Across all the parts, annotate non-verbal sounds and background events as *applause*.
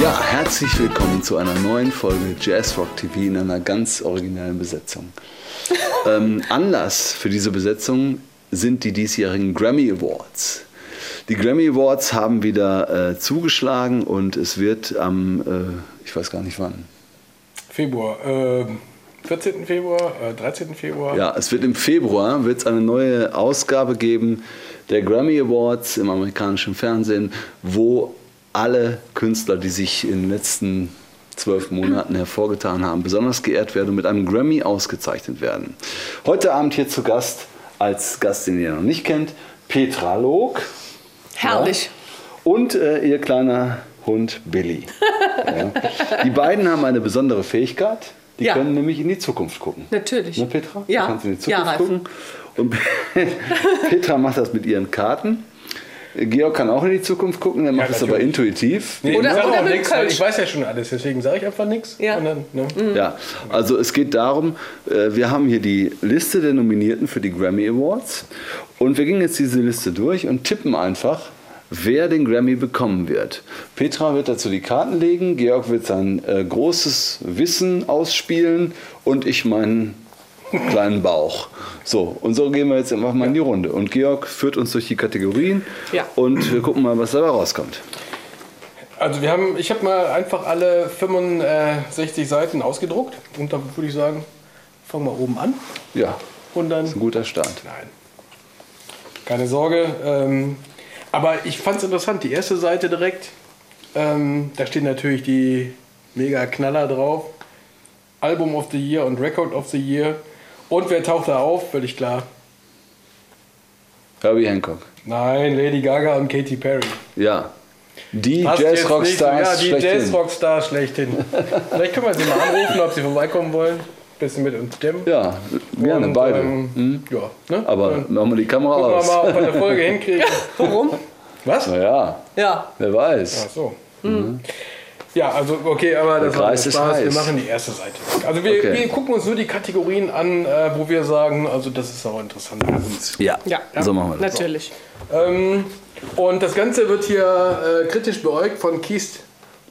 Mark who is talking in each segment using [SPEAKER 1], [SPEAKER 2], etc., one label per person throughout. [SPEAKER 1] herzlich willkommen zu einer neuen Folge Jazz Rock TV in einer ganz originellen Besetzung. ähm, Anlass für diese Besetzung sind die diesjährigen Grammy Awards. Die Grammy Awards haben wieder äh, zugeschlagen und es wird am, äh, ich weiß gar nicht wann,
[SPEAKER 2] Februar, ähm, 14. Februar, äh, 13. Februar.
[SPEAKER 1] Ja, es wird im Februar wird's eine neue Ausgabe geben der Grammy Awards im amerikanischen Fernsehen, wo alle Künstler, die sich in den letzten zwölf Monaten hervorgetan haben, besonders geehrt werden und mit einem Grammy ausgezeichnet werden. Heute Abend hier zu Gast, als Gast, den ihr noch nicht kennt, Petra Log.
[SPEAKER 3] Herrlich.
[SPEAKER 1] Und äh, ihr kleiner Hund
[SPEAKER 3] *laughs*
[SPEAKER 1] Billy. ja. Die beiden haben eine besondere Fähigkeit. Die
[SPEAKER 3] Ja.
[SPEAKER 1] können nämlich in die Zukunft gucken.
[SPEAKER 3] Natürlich.
[SPEAKER 1] Ne, Petra?
[SPEAKER 3] Ja.
[SPEAKER 1] Du kannst in die
[SPEAKER 3] Ja,
[SPEAKER 1] Zukunft
[SPEAKER 3] Ralf.
[SPEAKER 1] gucken. Und *laughs* Petra macht das mit ihren Karten. Georg kann auch in die Zukunft gucken, der macht es aber
[SPEAKER 2] natürlich.
[SPEAKER 1] intuitiv.
[SPEAKER 2] Nee,
[SPEAKER 3] Oder-
[SPEAKER 2] ich sag
[SPEAKER 3] oder
[SPEAKER 2] auch
[SPEAKER 3] mit
[SPEAKER 2] nix, weil
[SPEAKER 3] Kölsch.
[SPEAKER 2] ich weiß ja schon alles, deswegen sage ich einfach nichts.
[SPEAKER 3] Ja.
[SPEAKER 2] Und dann, ne?
[SPEAKER 1] Ja, also es geht darum, äh, wir haben hier die Liste der Nominierten für die Grammy Awards und wir gehen jetzt diese Liste durch und tippen einfach, wer den Grammy bekommen wird. Petra wird dazu die Karten legen, Georg wird sein äh, großes Wissen ausspielen und ich meinen kleinen Bauch. So, und so gehen wir jetzt einfach mal in die Runde. Und Georg führt uns durch die Kategorien
[SPEAKER 3] Ja.
[SPEAKER 1] und wir gucken mal, was dabei rauskommt.
[SPEAKER 2] Also wir haben, ich habe mal einfach alle 65 Seiten ausgedruckt und dann würde ich sagen, fangen wir oben an
[SPEAKER 1] Ja,
[SPEAKER 2] und dann
[SPEAKER 1] ist ein guter Start.
[SPEAKER 2] Nein. Keine Sorge. Ähm, aber ich fand es interessant, die erste Seite direkt. Ähm, da stehen natürlich die mega Knaller drauf. Album of the Year und Record of the Year. Und wer taucht da auf? Völlig klar.
[SPEAKER 1] Herbie Hancock.
[SPEAKER 2] Nein, Lady Gaga und Katy Perry.
[SPEAKER 1] Ja. Die
[SPEAKER 2] Passt jetzt nicht so-
[SPEAKER 1] Jazz-Rockstars
[SPEAKER 2] Ja, die
[SPEAKER 1] schlechthin.
[SPEAKER 2] Jazz-Rockstars schlechthin. Vielleicht können wir sie mal anrufen, ob sie vorbeikommen wollen. Bisschen mit uns jammen.
[SPEAKER 1] Ja, gerne,
[SPEAKER 2] Und,
[SPEAKER 1] beide. Mhm.
[SPEAKER 2] ähm, Ja, ne?
[SPEAKER 1] Aber
[SPEAKER 2] Dann
[SPEAKER 1] machen wir die Kamera
[SPEAKER 2] gucken wir
[SPEAKER 1] aus.
[SPEAKER 2] mal, ob wir eine
[SPEAKER 1] *laughs*
[SPEAKER 2] Folge hinkriegen.
[SPEAKER 3] Warum?
[SPEAKER 2] Was?
[SPEAKER 1] Naja,
[SPEAKER 3] Ja.
[SPEAKER 1] wer weiß.
[SPEAKER 2] Ach so. Mhm. Ja, also okay, aber das
[SPEAKER 1] Mhm. Der
[SPEAKER 2] war
[SPEAKER 1] Preis
[SPEAKER 2] jetzt
[SPEAKER 1] ist
[SPEAKER 2] Spaß. Wir
[SPEAKER 1] heiß.
[SPEAKER 2] machen die erste Seite. Also wir,
[SPEAKER 1] Okay.
[SPEAKER 2] wir gucken uns nur die Kategorien an, äh, wo wir sagen, also das ist auch interessant für uns.
[SPEAKER 1] Ja,
[SPEAKER 3] Ja.
[SPEAKER 1] so machen wir das.
[SPEAKER 3] Natürlich.
[SPEAKER 2] Ähm, und das Ganze wird hier äh, kritisch beäugt von Kiest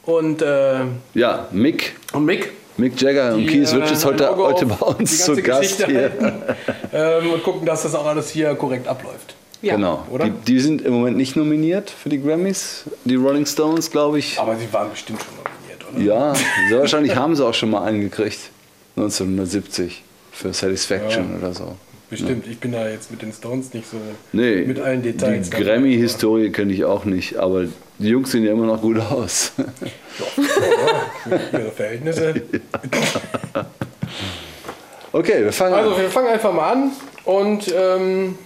[SPEAKER 2] und, äh,
[SPEAKER 1] Ja, Mick,
[SPEAKER 2] und Mick.
[SPEAKER 1] Mick Jagger und
[SPEAKER 2] die,
[SPEAKER 1] Keith Richards
[SPEAKER 2] äh, ein
[SPEAKER 1] heute,
[SPEAKER 2] Auge
[SPEAKER 1] heute bei
[SPEAKER 2] auf die
[SPEAKER 1] uns zu
[SPEAKER 2] ganze
[SPEAKER 1] Gast
[SPEAKER 2] Geschichte
[SPEAKER 1] hier.
[SPEAKER 2] halten, ähm, und gucken, dass das auch alles hier korrekt abläuft.
[SPEAKER 3] Ja.
[SPEAKER 1] genau.
[SPEAKER 2] oder?
[SPEAKER 1] Die, die sind im Moment nicht nominiert für die Grammys, die Rolling Stones, glaube ich.
[SPEAKER 2] Aber sie waren bestimmt schon nominiert, oder?
[SPEAKER 1] Ja, sehr wahrscheinlich haben sie auch schon mal einen
[SPEAKER 2] *laughs*
[SPEAKER 1] gekriegt. 1970 für Satisfaction
[SPEAKER 2] Ja.
[SPEAKER 1] oder so.
[SPEAKER 2] Bestimmt, ich bin da jetzt mit den Stones nicht so
[SPEAKER 1] Nee,
[SPEAKER 2] mit allen Details.
[SPEAKER 1] die
[SPEAKER 2] dabei.
[SPEAKER 1] Grammy-Historie kenne ich auch nicht, aber die Jungs sehen ja immer noch gut aus. *laughs*
[SPEAKER 2] ihre Verhältnisse.
[SPEAKER 1] Okay, wir fangen
[SPEAKER 2] Also
[SPEAKER 1] an.
[SPEAKER 2] wir fangen einfach mal an und ähm,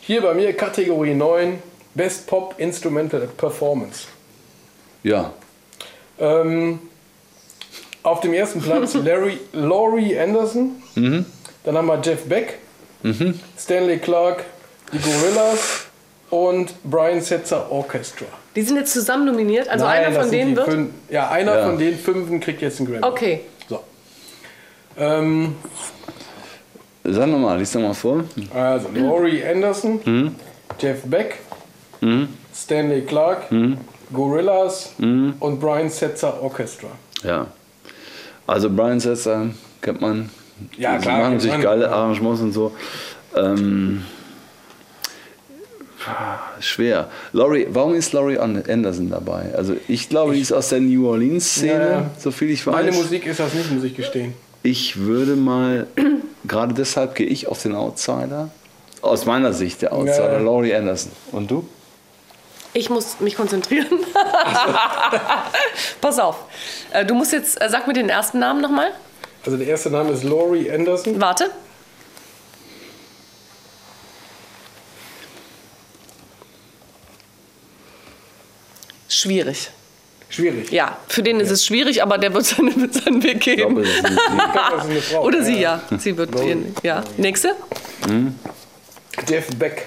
[SPEAKER 2] hier bei mir Kategorie 9 Best Pop Instrumental Performance.
[SPEAKER 1] Ja,
[SPEAKER 2] Ähm, auf dem ersten Platz Larry, Laurie Anderson, dann haben wir Jeff Beck, Stanley Clark, die Gorillas und Brian Setzer Orchestra.
[SPEAKER 3] Die sind jetzt zusammen nominiert, also
[SPEAKER 2] Nein,
[SPEAKER 3] einer
[SPEAKER 2] das
[SPEAKER 3] von
[SPEAKER 2] sind
[SPEAKER 3] denen
[SPEAKER 2] die
[SPEAKER 3] wird.
[SPEAKER 2] fünf- ja, einer
[SPEAKER 1] Ja.
[SPEAKER 2] von den fünfen kriegt jetzt einen Grammy.
[SPEAKER 3] Okay.
[SPEAKER 2] So. Ähm,
[SPEAKER 1] Sag nochmal, lies nochmal vor.
[SPEAKER 2] Also Laurie Anderson, Jeff Beck, Stanley Clark, Gorillas und Brian Setzer Orchestra.
[SPEAKER 1] Ja. Also Brian Setzer kennt man.
[SPEAKER 2] Ja,
[SPEAKER 1] Sie
[SPEAKER 2] klar,
[SPEAKER 1] Machen
[SPEAKER 2] kennt
[SPEAKER 1] sich
[SPEAKER 2] man.
[SPEAKER 1] geile Arrangements und so. Ähm, schwer. Laurie, warum ist Laurie An- Anderson dabei? Also ich glaube, die ist aus der New Orleans-Szene,
[SPEAKER 2] Ja, ja.
[SPEAKER 1] so viel ich weiß.
[SPEAKER 2] Meine Musik ist das nicht, muss ich gestehen.
[SPEAKER 1] Ich würde mal, *clears throat* gerade deshalb gehe ich auf den Outsider. Aus meiner Sicht der Outsider,
[SPEAKER 2] Ja.
[SPEAKER 1] Laurie Anderson. Und du?
[SPEAKER 3] Ich muss mich konzentrieren. *laughs* Pass auf. Äh, Du musst jetzt, äh, sag mir den ersten Namen nochmal.
[SPEAKER 2] Also der erste Name ist Laurie Anderson.
[SPEAKER 3] Warte. Schwierig.
[SPEAKER 2] Schwierig.
[SPEAKER 3] Ja, für den ist es schwierig, aber der wird seinen, *laughs* seinen Weg gehen.
[SPEAKER 1] glaube, das ist ein Sieg.
[SPEAKER 2] glaube, das ist eine Frau.
[SPEAKER 3] Oder sie, ja. Sie wird ihren, ja. Nächste?
[SPEAKER 2] Jeff Beck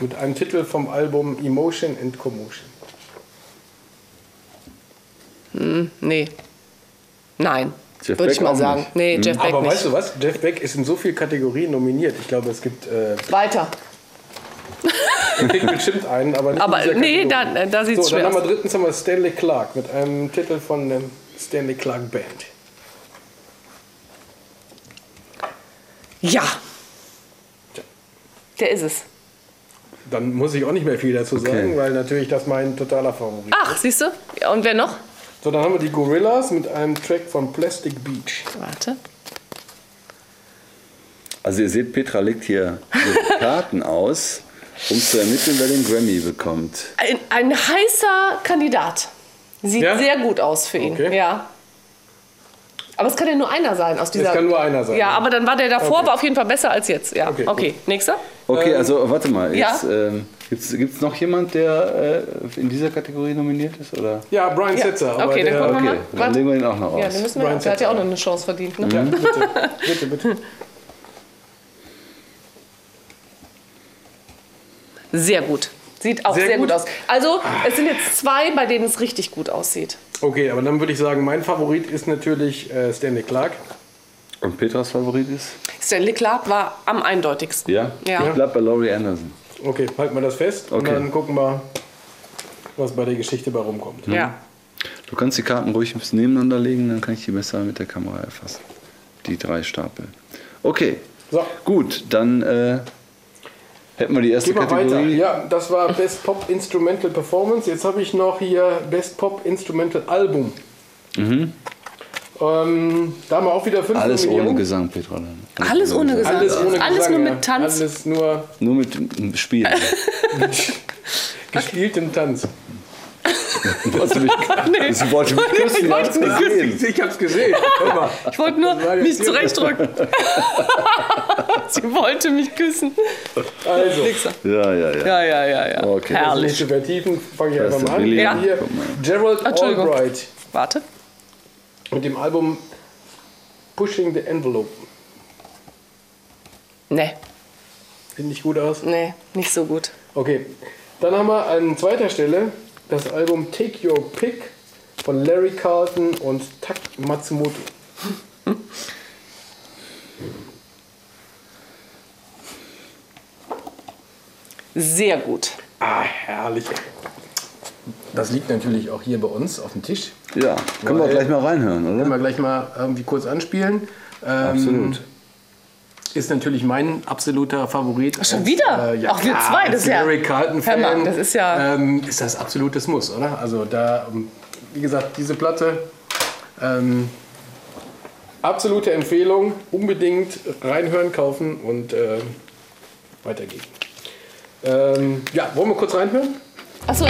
[SPEAKER 2] mit einem Titel vom Album Emotion and Commotion.
[SPEAKER 3] Nee. Nein.
[SPEAKER 1] Jeff
[SPEAKER 3] Würde ich
[SPEAKER 1] Beck auch
[SPEAKER 3] mal sagen.
[SPEAKER 1] nicht. Mhm.
[SPEAKER 3] Nee, Jeff Beck
[SPEAKER 2] Aber
[SPEAKER 3] nicht.
[SPEAKER 2] weißt du was? Jeff Beck ist in so vielen Kategorien nominiert. Ich glaube, es gibt äh,
[SPEAKER 3] Weiter.
[SPEAKER 2] Wir kriegen bestimmt einen, aber nicht
[SPEAKER 3] Aber
[SPEAKER 2] in dieser
[SPEAKER 3] nee,
[SPEAKER 2] Kategorie.
[SPEAKER 3] da- da sieht's
[SPEAKER 2] so,
[SPEAKER 3] schwer
[SPEAKER 2] Dann haben
[SPEAKER 3] aus.
[SPEAKER 2] wir drittens haben wir Stanley Clark mit einem Titel von der Stanley Clark Band.
[SPEAKER 3] Ja. Der ist es.
[SPEAKER 2] Dann muss ich auch nicht mehr viel dazu sagen, weil natürlich das mein totaler Favorit ist.
[SPEAKER 3] Ach, siehst du? Ja, und wer noch?
[SPEAKER 2] So, dann haben wir die Gorillas mit einem Track von Plastic Beach.
[SPEAKER 3] Warte.
[SPEAKER 1] Also ihr seht, Petra legt hier
[SPEAKER 3] *laughs*
[SPEAKER 1] so Karten aus, um zu ermitteln, wer den Grammy bekommt.
[SPEAKER 3] Ein, ein heißer Kandidat. Sieht
[SPEAKER 2] Ja?
[SPEAKER 3] sehr gut aus für ihn.
[SPEAKER 2] Okay.
[SPEAKER 3] Ja. Aber es kann ja nur einer sein aus dieser.
[SPEAKER 2] kann nur einer sein,
[SPEAKER 3] Ja,
[SPEAKER 2] ja.
[SPEAKER 3] aber dann war der davor,
[SPEAKER 2] Okay.
[SPEAKER 3] war auf jeden Fall besser als jetzt. Ja.
[SPEAKER 2] Okay,
[SPEAKER 3] Okay,
[SPEAKER 2] gut.
[SPEAKER 3] nächster.
[SPEAKER 1] Okay, also warte mal.
[SPEAKER 3] Ähm, ja.
[SPEAKER 1] Jetzt, ähm, Gibt es noch jemand, der äh, in dieser Kategorie nominiert ist? Oder?
[SPEAKER 2] Ja, Brian
[SPEAKER 3] Ja.
[SPEAKER 2] Setzer. aber
[SPEAKER 3] Okay, dann
[SPEAKER 2] der,
[SPEAKER 3] gucken wir
[SPEAKER 1] Okay,
[SPEAKER 3] mal.
[SPEAKER 1] dann
[SPEAKER 3] Warte.
[SPEAKER 1] legen wir ihn auch noch Mhm.
[SPEAKER 3] Ja,
[SPEAKER 1] raus.
[SPEAKER 3] den müssen
[SPEAKER 2] Brian
[SPEAKER 3] wir, der hat
[SPEAKER 2] Setzer.
[SPEAKER 3] ja auch noch eine Chance verdient. Ne?
[SPEAKER 2] bitte, bitte.
[SPEAKER 3] Sehr gut. Sieht auch
[SPEAKER 2] Sehr
[SPEAKER 3] sehr, gut.
[SPEAKER 2] gut.
[SPEAKER 3] aus. Also, es sind jetzt zwei, bei denen es richtig gut aussieht.
[SPEAKER 2] Okay, aber dann würde ich sagen, mein Favorit ist natürlich äh, Stanley Clark.
[SPEAKER 1] Und Petras Favorit ist?
[SPEAKER 3] Stanley Clark war am eindeutigsten.
[SPEAKER 1] Ja?
[SPEAKER 3] Ja.
[SPEAKER 1] Ich bleib bei Laurie Anderson.
[SPEAKER 2] Okay, halten wir das fest und
[SPEAKER 1] Okay.
[SPEAKER 2] dann gucken wir, was bei der Geschichte bei rumkommt.
[SPEAKER 3] Ja.
[SPEAKER 1] Du kannst die Karten ruhig ein bisschen nebeneinander legen, dann kann ich die besser mit der Kamera erfassen. Die drei Stapel. Okay,
[SPEAKER 2] So,
[SPEAKER 1] gut, dann äh, hätten wir die erste
[SPEAKER 2] gehen wir weiter.
[SPEAKER 1] Kategorie.
[SPEAKER 2] Ja, das war Best Pop Instrumental Performance. Jetzt habe ich noch hier Best Pop Instrumental Album. Ähm, da haben wir auch wieder fünf
[SPEAKER 1] Mhm. Alles ohne
[SPEAKER 2] Nominierungen.
[SPEAKER 1] Gesang, Petra. dann.
[SPEAKER 3] Alles ohne Gesang.
[SPEAKER 2] Alles ohne
[SPEAKER 3] Alles
[SPEAKER 2] Gesang,
[SPEAKER 3] nur
[SPEAKER 2] ja.
[SPEAKER 3] mit Tanz.
[SPEAKER 2] Alles nur
[SPEAKER 1] Nur mit Spiel.
[SPEAKER 3] *laughs*
[SPEAKER 2] gespieltem Tanz.
[SPEAKER 1] Wolltest du mich,
[SPEAKER 3] *laughs*
[SPEAKER 1] Sie wollte mich küssen.
[SPEAKER 3] Ich
[SPEAKER 1] ihr
[SPEAKER 3] wollte
[SPEAKER 1] habt's
[SPEAKER 3] es nicht
[SPEAKER 1] gesehen.
[SPEAKER 2] Ich hab's gesehen. Guck mal.
[SPEAKER 3] Ich wollte nur
[SPEAKER 2] war jetzt
[SPEAKER 3] mich
[SPEAKER 2] hier-
[SPEAKER 3] zurechtdrücken. Sie wollte mich küssen.
[SPEAKER 2] Also,
[SPEAKER 3] Nächster.
[SPEAKER 1] Ja, ja, ja.
[SPEAKER 3] Ja, ja, ja, ja.
[SPEAKER 1] Okay.
[SPEAKER 3] Herrlich.
[SPEAKER 2] nicht vertiefen, fange ich
[SPEAKER 1] Da ist der
[SPEAKER 2] einfach mal an.
[SPEAKER 1] Willi.
[SPEAKER 3] Ja.
[SPEAKER 2] Hier,
[SPEAKER 1] Guck mal.
[SPEAKER 2] Gerald
[SPEAKER 3] Entschuldigung.
[SPEAKER 2] Albright
[SPEAKER 3] Warte.
[SPEAKER 2] mit dem Album Pushing the Envelope.
[SPEAKER 3] Nee,
[SPEAKER 2] Sieht nicht gut aus.
[SPEAKER 3] nee, nicht so gut.
[SPEAKER 2] Okay, dann haben wir an zweiter Stelle das Album Take Your Pick von Larry Carlton und Tak Matsumoto.
[SPEAKER 3] Sehr gut.
[SPEAKER 2] Ah, herrlich. Das liegt natürlich auch hier bei uns auf dem Tisch.
[SPEAKER 1] Ja, können wir auch
[SPEAKER 2] Weil-
[SPEAKER 1] gleich mal reinhören,
[SPEAKER 2] Können
[SPEAKER 1] oder?
[SPEAKER 2] wir gleich mal irgendwie kurz anspielen. Ähm,
[SPEAKER 1] Absolut.
[SPEAKER 2] Ist natürlich mein absoluter Favorit. äh,
[SPEAKER 3] schon wieder? Auch wir zwei, das
[SPEAKER 2] als
[SPEAKER 3] ist ja-
[SPEAKER 2] Larry Carlton Fan.
[SPEAKER 3] Hör mal, das ist ja-
[SPEAKER 2] Ähm, ist das absolutes Muss, oder? Also da, ähm, wie gesagt, diese Platte. Ähm, absolute Empfehlung. Unbedingt reinhören, kaufen und ähm, weitergehen. Ähm, ja, wollen wir kurz reinhören?
[SPEAKER 3] Achso,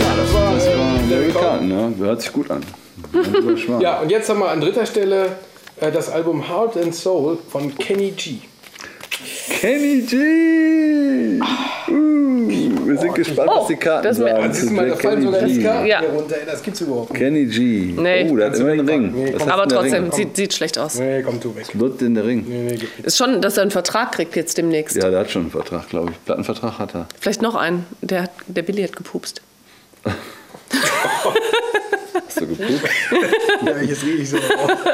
[SPEAKER 2] Ja, das war,
[SPEAKER 1] Das war
[SPEAKER 2] äh,
[SPEAKER 1] Larry Carlton, ne? Hört sich gut an.
[SPEAKER 2] *laughs*
[SPEAKER 1] Wunderschmal.
[SPEAKER 2] Ja, und jetzt haben wir an dritter Stelle äh, das Album Heart and Soul von Kenny G.
[SPEAKER 1] Kenny G! Uh, wir sind gespannt, was die Karten
[SPEAKER 3] Ah. Oh, das
[SPEAKER 1] sagen. zu
[SPEAKER 2] Das ist
[SPEAKER 3] ist mir-
[SPEAKER 2] Oh. mal, da
[SPEAKER 1] Jack
[SPEAKER 2] fallen sogar die Karten
[SPEAKER 3] Ja.
[SPEAKER 2] hier runter. Ey, Das gibt's überhaupt nicht.
[SPEAKER 1] Kenny G.
[SPEAKER 3] Nee.
[SPEAKER 1] Oh, der hat immer einen Ring.
[SPEAKER 2] Nee,
[SPEAKER 1] Was
[SPEAKER 2] komm.
[SPEAKER 1] ist
[SPEAKER 3] aber
[SPEAKER 1] denn der
[SPEAKER 3] trotzdem,
[SPEAKER 1] Ring?
[SPEAKER 3] sieht, sieht schlecht aus.
[SPEAKER 2] Nee, komm du weg.
[SPEAKER 1] Wird denn der Ring?
[SPEAKER 2] Nee, nee, geht nicht.
[SPEAKER 3] Ist schon, dass er einen Vertrag kriegt jetzt demnächst.
[SPEAKER 1] Ja, der hat schon einen Vertrag, glaube ich. Plattenvertrag hat er.
[SPEAKER 3] Vielleicht noch einen. Der, hat- der Billy hat gepupst.
[SPEAKER 1] Hast du geguckt?
[SPEAKER 2] Ja, jetzt rieche ich so.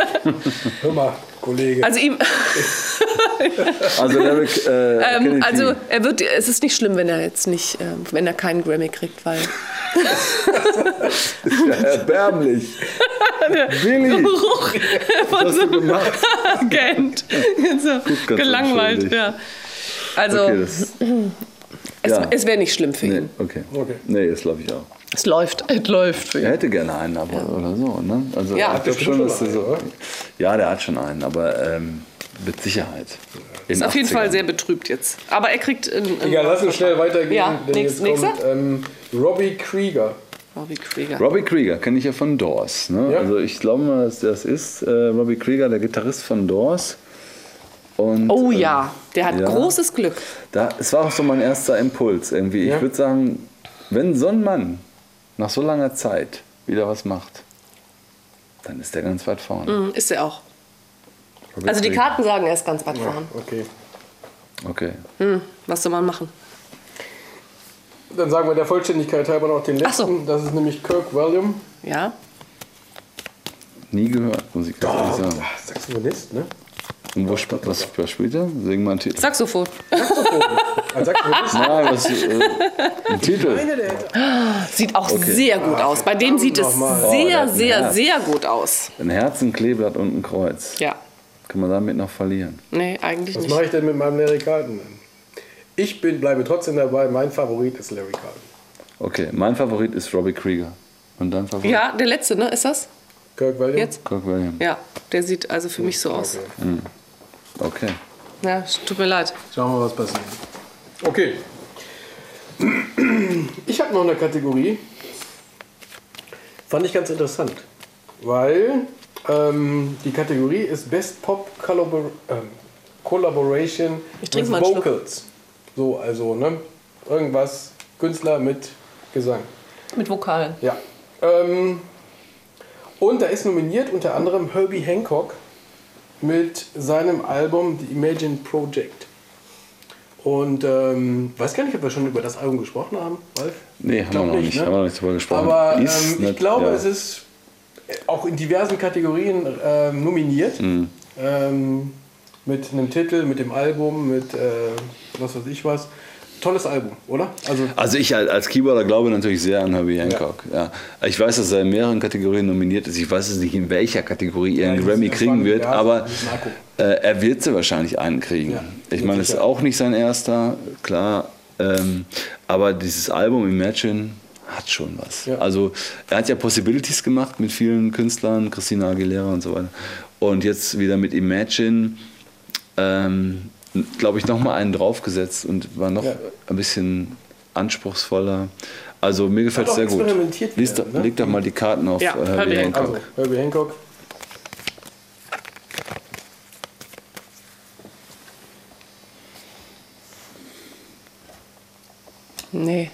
[SPEAKER 2] *laughs* Hör mal, Kollege.
[SPEAKER 3] Also
[SPEAKER 1] *laughs*
[SPEAKER 3] ihm,
[SPEAKER 1] *laughs* Also, Larry, äh, Kenny
[SPEAKER 3] ähm,
[SPEAKER 1] *laughs*
[SPEAKER 3] also
[SPEAKER 1] G.
[SPEAKER 3] er wird, es ist nicht schlimm, wenn er jetzt nicht, ähm, wenn er keinen Grammy
[SPEAKER 1] *laughs*
[SPEAKER 3] kriegt, weil
[SPEAKER 1] Ja,
[SPEAKER 3] *laughs*
[SPEAKER 1] erbärmlich.
[SPEAKER 3] der
[SPEAKER 1] Willi,
[SPEAKER 3] Geruch von
[SPEAKER 1] hast
[SPEAKER 3] so
[SPEAKER 1] du gemacht?
[SPEAKER 3] einem *laughs* Gent. so
[SPEAKER 1] Gott,
[SPEAKER 3] gelangweilt,
[SPEAKER 1] entschuldigt.
[SPEAKER 3] ja. Also
[SPEAKER 1] Okay, das,
[SPEAKER 3] es,
[SPEAKER 1] ja.
[SPEAKER 3] es wäre nicht schlimm für
[SPEAKER 1] nee,
[SPEAKER 3] ihn.
[SPEAKER 1] okay.
[SPEAKER 2] Okay.
[SPEAKER 1] Nee, das glaube ich auch.
[SPEAKER 3] Es läuft, es läuft für ihn.
[SPEAKER 1] Er hätte gerne einen, aber oder so, ne? Also,
[SPEAKER 3] Ja.
[SPEAKER 1] ich glaube
[SPEAKER 2] Bestimmt
[SPEAKER 1] schon, dass
[SPEAKER 2] schon
[SPEAKER 1] er so.
[SPEAKER 2] einen,
[SPEAKER 1] Ja, der hat schon einen, aber ähm, mit Sicherheit. In
[SPEAKER 3] Ist auf jeden
[SPEAKER 1] 80ern.
[SPEAKER 3] Fall sehr betrübt jetzt. Aber er kriegt einen, einen
[SPEAKER 2] Egal, lass uns schnell weitergehen.
[SPEAKER 3] Ja,
[SPEAKER 2] denn
[SPEAKER 3] nächst-
[SPEAKER 2] jetzt kommt
[SPEAKER 3] nächster?
[SPEAKER 2] ähm, Robbie Krieger.
[SPEAKER 3] Robbie Oh, Krieger.
[SPEAKER 1] Robbie Krieger kenne ich ja von Doors. Ne?
[SPEAKER 2] Ja.
[SPEAKER 1] Also ich glaube mal, dass das ist äh, Robbie Krieger, der Gitarrist von Doors. Und,
[SPEAKER 3] Oh
[SPEAKER 1] ähm,
[SPEAKER 3] ja, der hat
[SPEAKER 1] ja.
[SPEAKER 3] großes Glück.
[SPEAKER 1] Da, es war auch so mein erster Impuls irgendwie.
[SPEAKER 2] Ja.
[SPEAKER 1] Ich würde sagen, wenn so ein Mann nach so langer Zeit wieder was macht, dann ist der ganz weit vorne.
[SPEAKER 3] Mhm, Ist er auch. Also die Karten sagen, er ist ganz weit vorn.
[SPEAKER 2] Okay.
[SPEAKER 1] Okay.
[SPEAKER 3] Hm, was soll man machen?
[SPEAKER 2] Dann sagen wir der Vollständigkeit halber noch den
[SPEAKER 3] Ach so.
[SPEAKER 2] letzten. Das ist nämlich Kirk William.
[SPEAKER 3] Ja?
[SPEAKER 1] Nie gehört, muss ich ganz ehrlich sagen.
[SPEAKER 2] Ach, Saxophonist, ne?
[SPEAKER 1] Und wo spielt, was, was spielt er? Sing mal einen Titel.
[SPEAKER 3] Saxophon.
[SPEAKER 2] Ein
[SPEAKER 3] *laughs*
[SPEAKER 2] Saxophonist.
[SPEAKER 1] Nein, was, äh, ein Titel.
[SPEAKER 2] Eine der hätte-
[SPEAKER 3] Sieht auch sehr gut aus. Bei dem sieht es
[SPEAKER 2] nochmal.
[SPEAKER 1] Oh, der hat
[SPEAKER 3] sehr,
[SPEAKER 1] ein
[SPEAKER 3] sehr,
[SPEAKER 1] Herz.
[SPEAKER 3] sehr gut aus.
[SPEAKER 1] Ein Herz, ein Kleeblatt und ein Kreuz.
[SPEAKER 3] Ja.
[SPEAKER 1] Kann man damit noch verlieren.
[SPEAKER 3] Nee, eigentlich
[SPEAKER 2] Was
[SPEAKER 3] nicht.
[SPEAKER 2] mache ich denn mit meinem Larry Carlton? dann? Ich bin, bleibe trotzdem dabei, mein Favorit ist Larry Carlton.
[SPEAKER 1] Okay, mein Favorit ist Robbie Krieger. Und dein Favorit?
[SPEAKER 3] Ja, der letzte, ne? Ist das?
[SPEAKER 2] Kirk William?
[SPEAKER 3] Jetzt?
[SPEAKER 1] Kirk Williams.
[SPEAKER 3] Ja, der sieht also für mich so aus.
[SPEAKER 2] Okay.
[SPEAKER 1] Okay.
[SPEAKER 3] Ja, tut mir leid.
[SPEAKER 2] Schauen wir mal, was passiert. Okay. Ich habe noch eine Kategorie. Fand ich ganz interessant. Weil ähm, die Kategorie ist Best Pop Collabor ähm, Collaboration
[SPEAKER 3] Ich trink
[SPEAKER 2] with
[SPEAKER 3] mal einen Schluck.
[SPEAKER 2] Vocals. So, also, ne? Irgendwas, Künstler mit Gesang.
[SPEAKER 3] Mit Vokalen.
[SPEAKER 2] Ja. Ähm, und da ist nominiert unter anderem Herbie Hancock mit seinem Album The Imagine Project. Und ähm, weiß gar nicht, ob wir schon über das Album gesprochen haben, Ralf. ne?
[SPEAKER 1] Nee, haben wir noch nicht. Haben wir noch nicht drüber gesprochen.
[SPEAKER 2] Aber ähm,
[SPEAKER 1] Ist
[SPEAKER 2] ich
[SPEAKER 1] nicht-
[SPEAKER 2] glaube,
[SPEAKER 1] ja.
[SPEAKER 2] es ist äh, auch in diversen Kategorien ähm, nominiert.
[SPEAKER 1] Mhm.
[SPEAKER 2] Ähm, mit einem Titel, mit dem Album, mit äh, was weiß ich was. Tolles Album, oder? Also
[SPEAKER 1] Also ich als- als Keyboarder glaube natürlich sehr an Herbie Hancock. Ja. Ich weiß, dass er in mehreren Kategorien nominiert ist. Ich weiß es nicht, in welcher Kategorie er einen
[SPEAKER 2] das-
[SPEAKER 1] Grammy
[SPEAKER 2] das
[SPEAKER 1] kriegen
[SPEAKER 2] waren
[SPEAKER 1] wird,
[SPEAKER 2] diverse,
[SPEAKER 1] aber
[SPEAKER 2] das ist ein Akku.
[SPEAKER 1] äh, er wird sie wahrscheinlich einen kriegen.
[SPEAKER 2] Ja,
[SPEAKER 1] ich
[SPEAKER 2] mit
[SPEAKER 1] meine, es ist
[SPEAKER 2] Sicherheit.
[SPEAKER 1] auch nicht sein erster, klar. Ähm, aber dieses Album Imagine hat schon was.
[SPEAKER 2] Ja.
[SPEAKER 1] Also er hat ja Possibilities gemacht mit vielen Künstlern, Christina Aguilera und so weiter. Und jetzt wieder mit Imagine, ähm, glaube ich, nochmal einen draufgesetzt und war noch
[SPEAKER 2] Ja.
[SPEAKER 1] ein bisschen anspruchsvoller. Also mir gefällt es
[SPEAKER 2] auch
[SPEAKER 1] sehr gut.
[SPEAKER 2] experimentiert
[SPEAKER 1] Lies
[SPEAKER 2] werden,
[SPEAKER 1] da-
[SPEAKER 2] ne?
[SPEAKER 1] Leg doch mal die Karten auf
[SPEAKER 3] Ja,
[SPEAKER 1] äh, Herbie
[SPEAKER 3] Herbie
[SPEAKER 1] Hancock.
[SPEAKER 2] Also, Herbie Hancock.
[SPEAKER 3] Nee,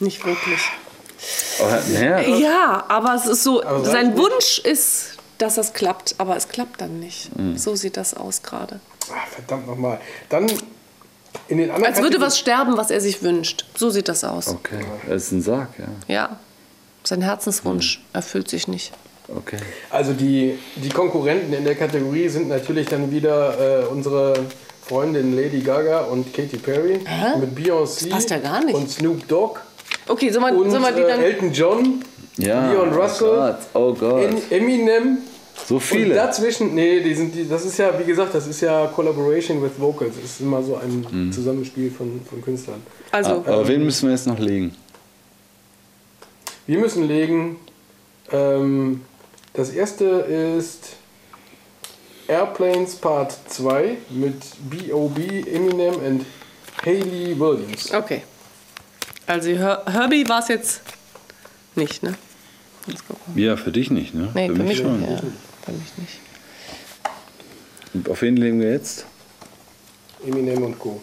[SPEAKER 3] nicht wirklich.
[SPEAKER 1] Oh, er hat ein Herz.
[SPEAKER 3] Ja, aber es ist so,
[SPEAKER 2] Aber sag ich
[SPEAKER 3] sein
[SPEAKER 2] nicht.
[SPEAKER 3] Wunsch ist, dass das klappt, aber es klappt dann nicht.
[SPEAKER 2] Mhm.
[SPEAKER 3] So sieht das aus gerade.
[SPEAKER 2] Ah, verdammt nochmal. Dann in den anderen.
[SPEAKER 3] Als würde
[SPEAKER 2] Kategorien-
[SPEAKER 3] was sterben, was er sich wünscht. So sieht das aus.
[SPEAKER 1] Okay, das ist ein Sarg, ja.
[SPEAKER 3] Ja. Sein
[SPEAKER 2] Mhm.
[SPEAKER 3] Herzenswunsch erfüllt sich nicht.
[SPEAKER 1] Okay.
[SPEAKER 2] Also die, die Konkurrenten in der Kategorie sind natürlich dann wieder äh, unsere Freundin Lady Gaga und Katy Perry
[SPEAKER 3] Hä?
[SPEAKER 2] mit Beyoncé
[SPEAKER 3] Das passt ja gar nicht.
[SPEAKER 2] und Snoop Dogg
[SPEAKER 3] Okay, soll man,
[SPEAKER 2] und
[SPEAKER 3] soll man die
[SPEAKER 2] äh,
[SPEAKER 3] dann.
[SPEAKER 2] Elton John,
[SPEAKER 1] Ja,
[SPEAKER 2] Leon
[SPEAKER 1] Oh
[SPEAKER 2] Russell,
[SPEAKER 1] Gott, oh Gott.
[SPEAKER 2] en Eminem.
[SPEAKER 1] so
[SPEAKER 2] Und
[SPEAKER 1] viele.
[SPEAKER 2] dazwischen, nee, die sind die, das ist ja, wie gesagt, das ist ja Collaboration with Vocals. Das ist immer so ein
[SPEAKER 1] Mhm.
[SPEAKER 2] Zusammenspiel von, von Künstlern. Ah,
[SPEAKER 3] Also,
[SPEAKER 1] Aber wen müssen wir jetzt noch legen?
[SPEAKER 2] Wir müssen legen. Ähm, das erste ist Airplanes Part 2 mit B.O.B., Eminem und Hayley Williams.
[SPEAKER 3] okay. Also, Her Herbie war es jetzt nicht, ne? Let's go.
[SPEAKER 1] Ja, für dich nicht, ne?
[SPEAKER 3] Nee, für, mich,
[SPEAKER 1] schon.
[SPEAKER 3] nicht. Ja, für mich nicht.
[SPEAKER 1] Und Auf wen legen wir jetzt?
[SPEAKER 2] Eminem und Co.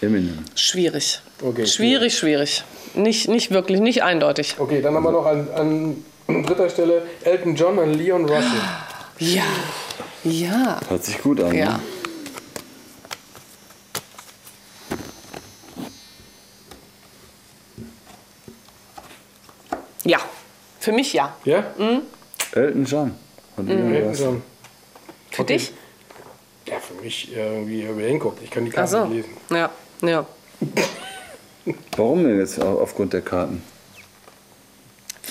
[SPEAKER 1] Eminem.
[SPEAKER 3] Schwierig.
[SPEAKER 2] Okay,
[SPEAKER 3] schwierig, schwierig. Nicht, nicht wirklich, nicht eindeutig.
[SPEAKER 2] Okay, dann haben wir noch an, an dritter Stelle Elton John und Leon Russell.
[SPEAKER 3] Ja. Ja.
[SPEAKER 1] Hört sich gut an,
[SPEAKER 3] Ja.
[SPEAKER 1] ne?
[SPEAKER 3] Ja. Für mich ja.
[SPEAKER 2] Ja?
[SPEAKER 3] Mhm.
[SPEAKER 1] Elton John. Und Leon
[SPEAKER 2] Elton
[SPEAKER 1] Russell.
[SPEAKER 2] John.
[SPEAKER 3] Für
[SPEAKER 2] Okay.
[SPEAKER 3] dich?
[SPEAKER 2] Ja, für mich äh, irgendwie Herbie Hancock. Ich kann die
[SPEAKER 3] Ach
[SPEAKER 2] Karte
[SPEAKER 3] so.
[SPEAKER 2] nicht lesen.
[SPEAKER 3] Ja. Ja.
[SPEAKER 1] Warum denn jetzt Au- aufgrund der Karten?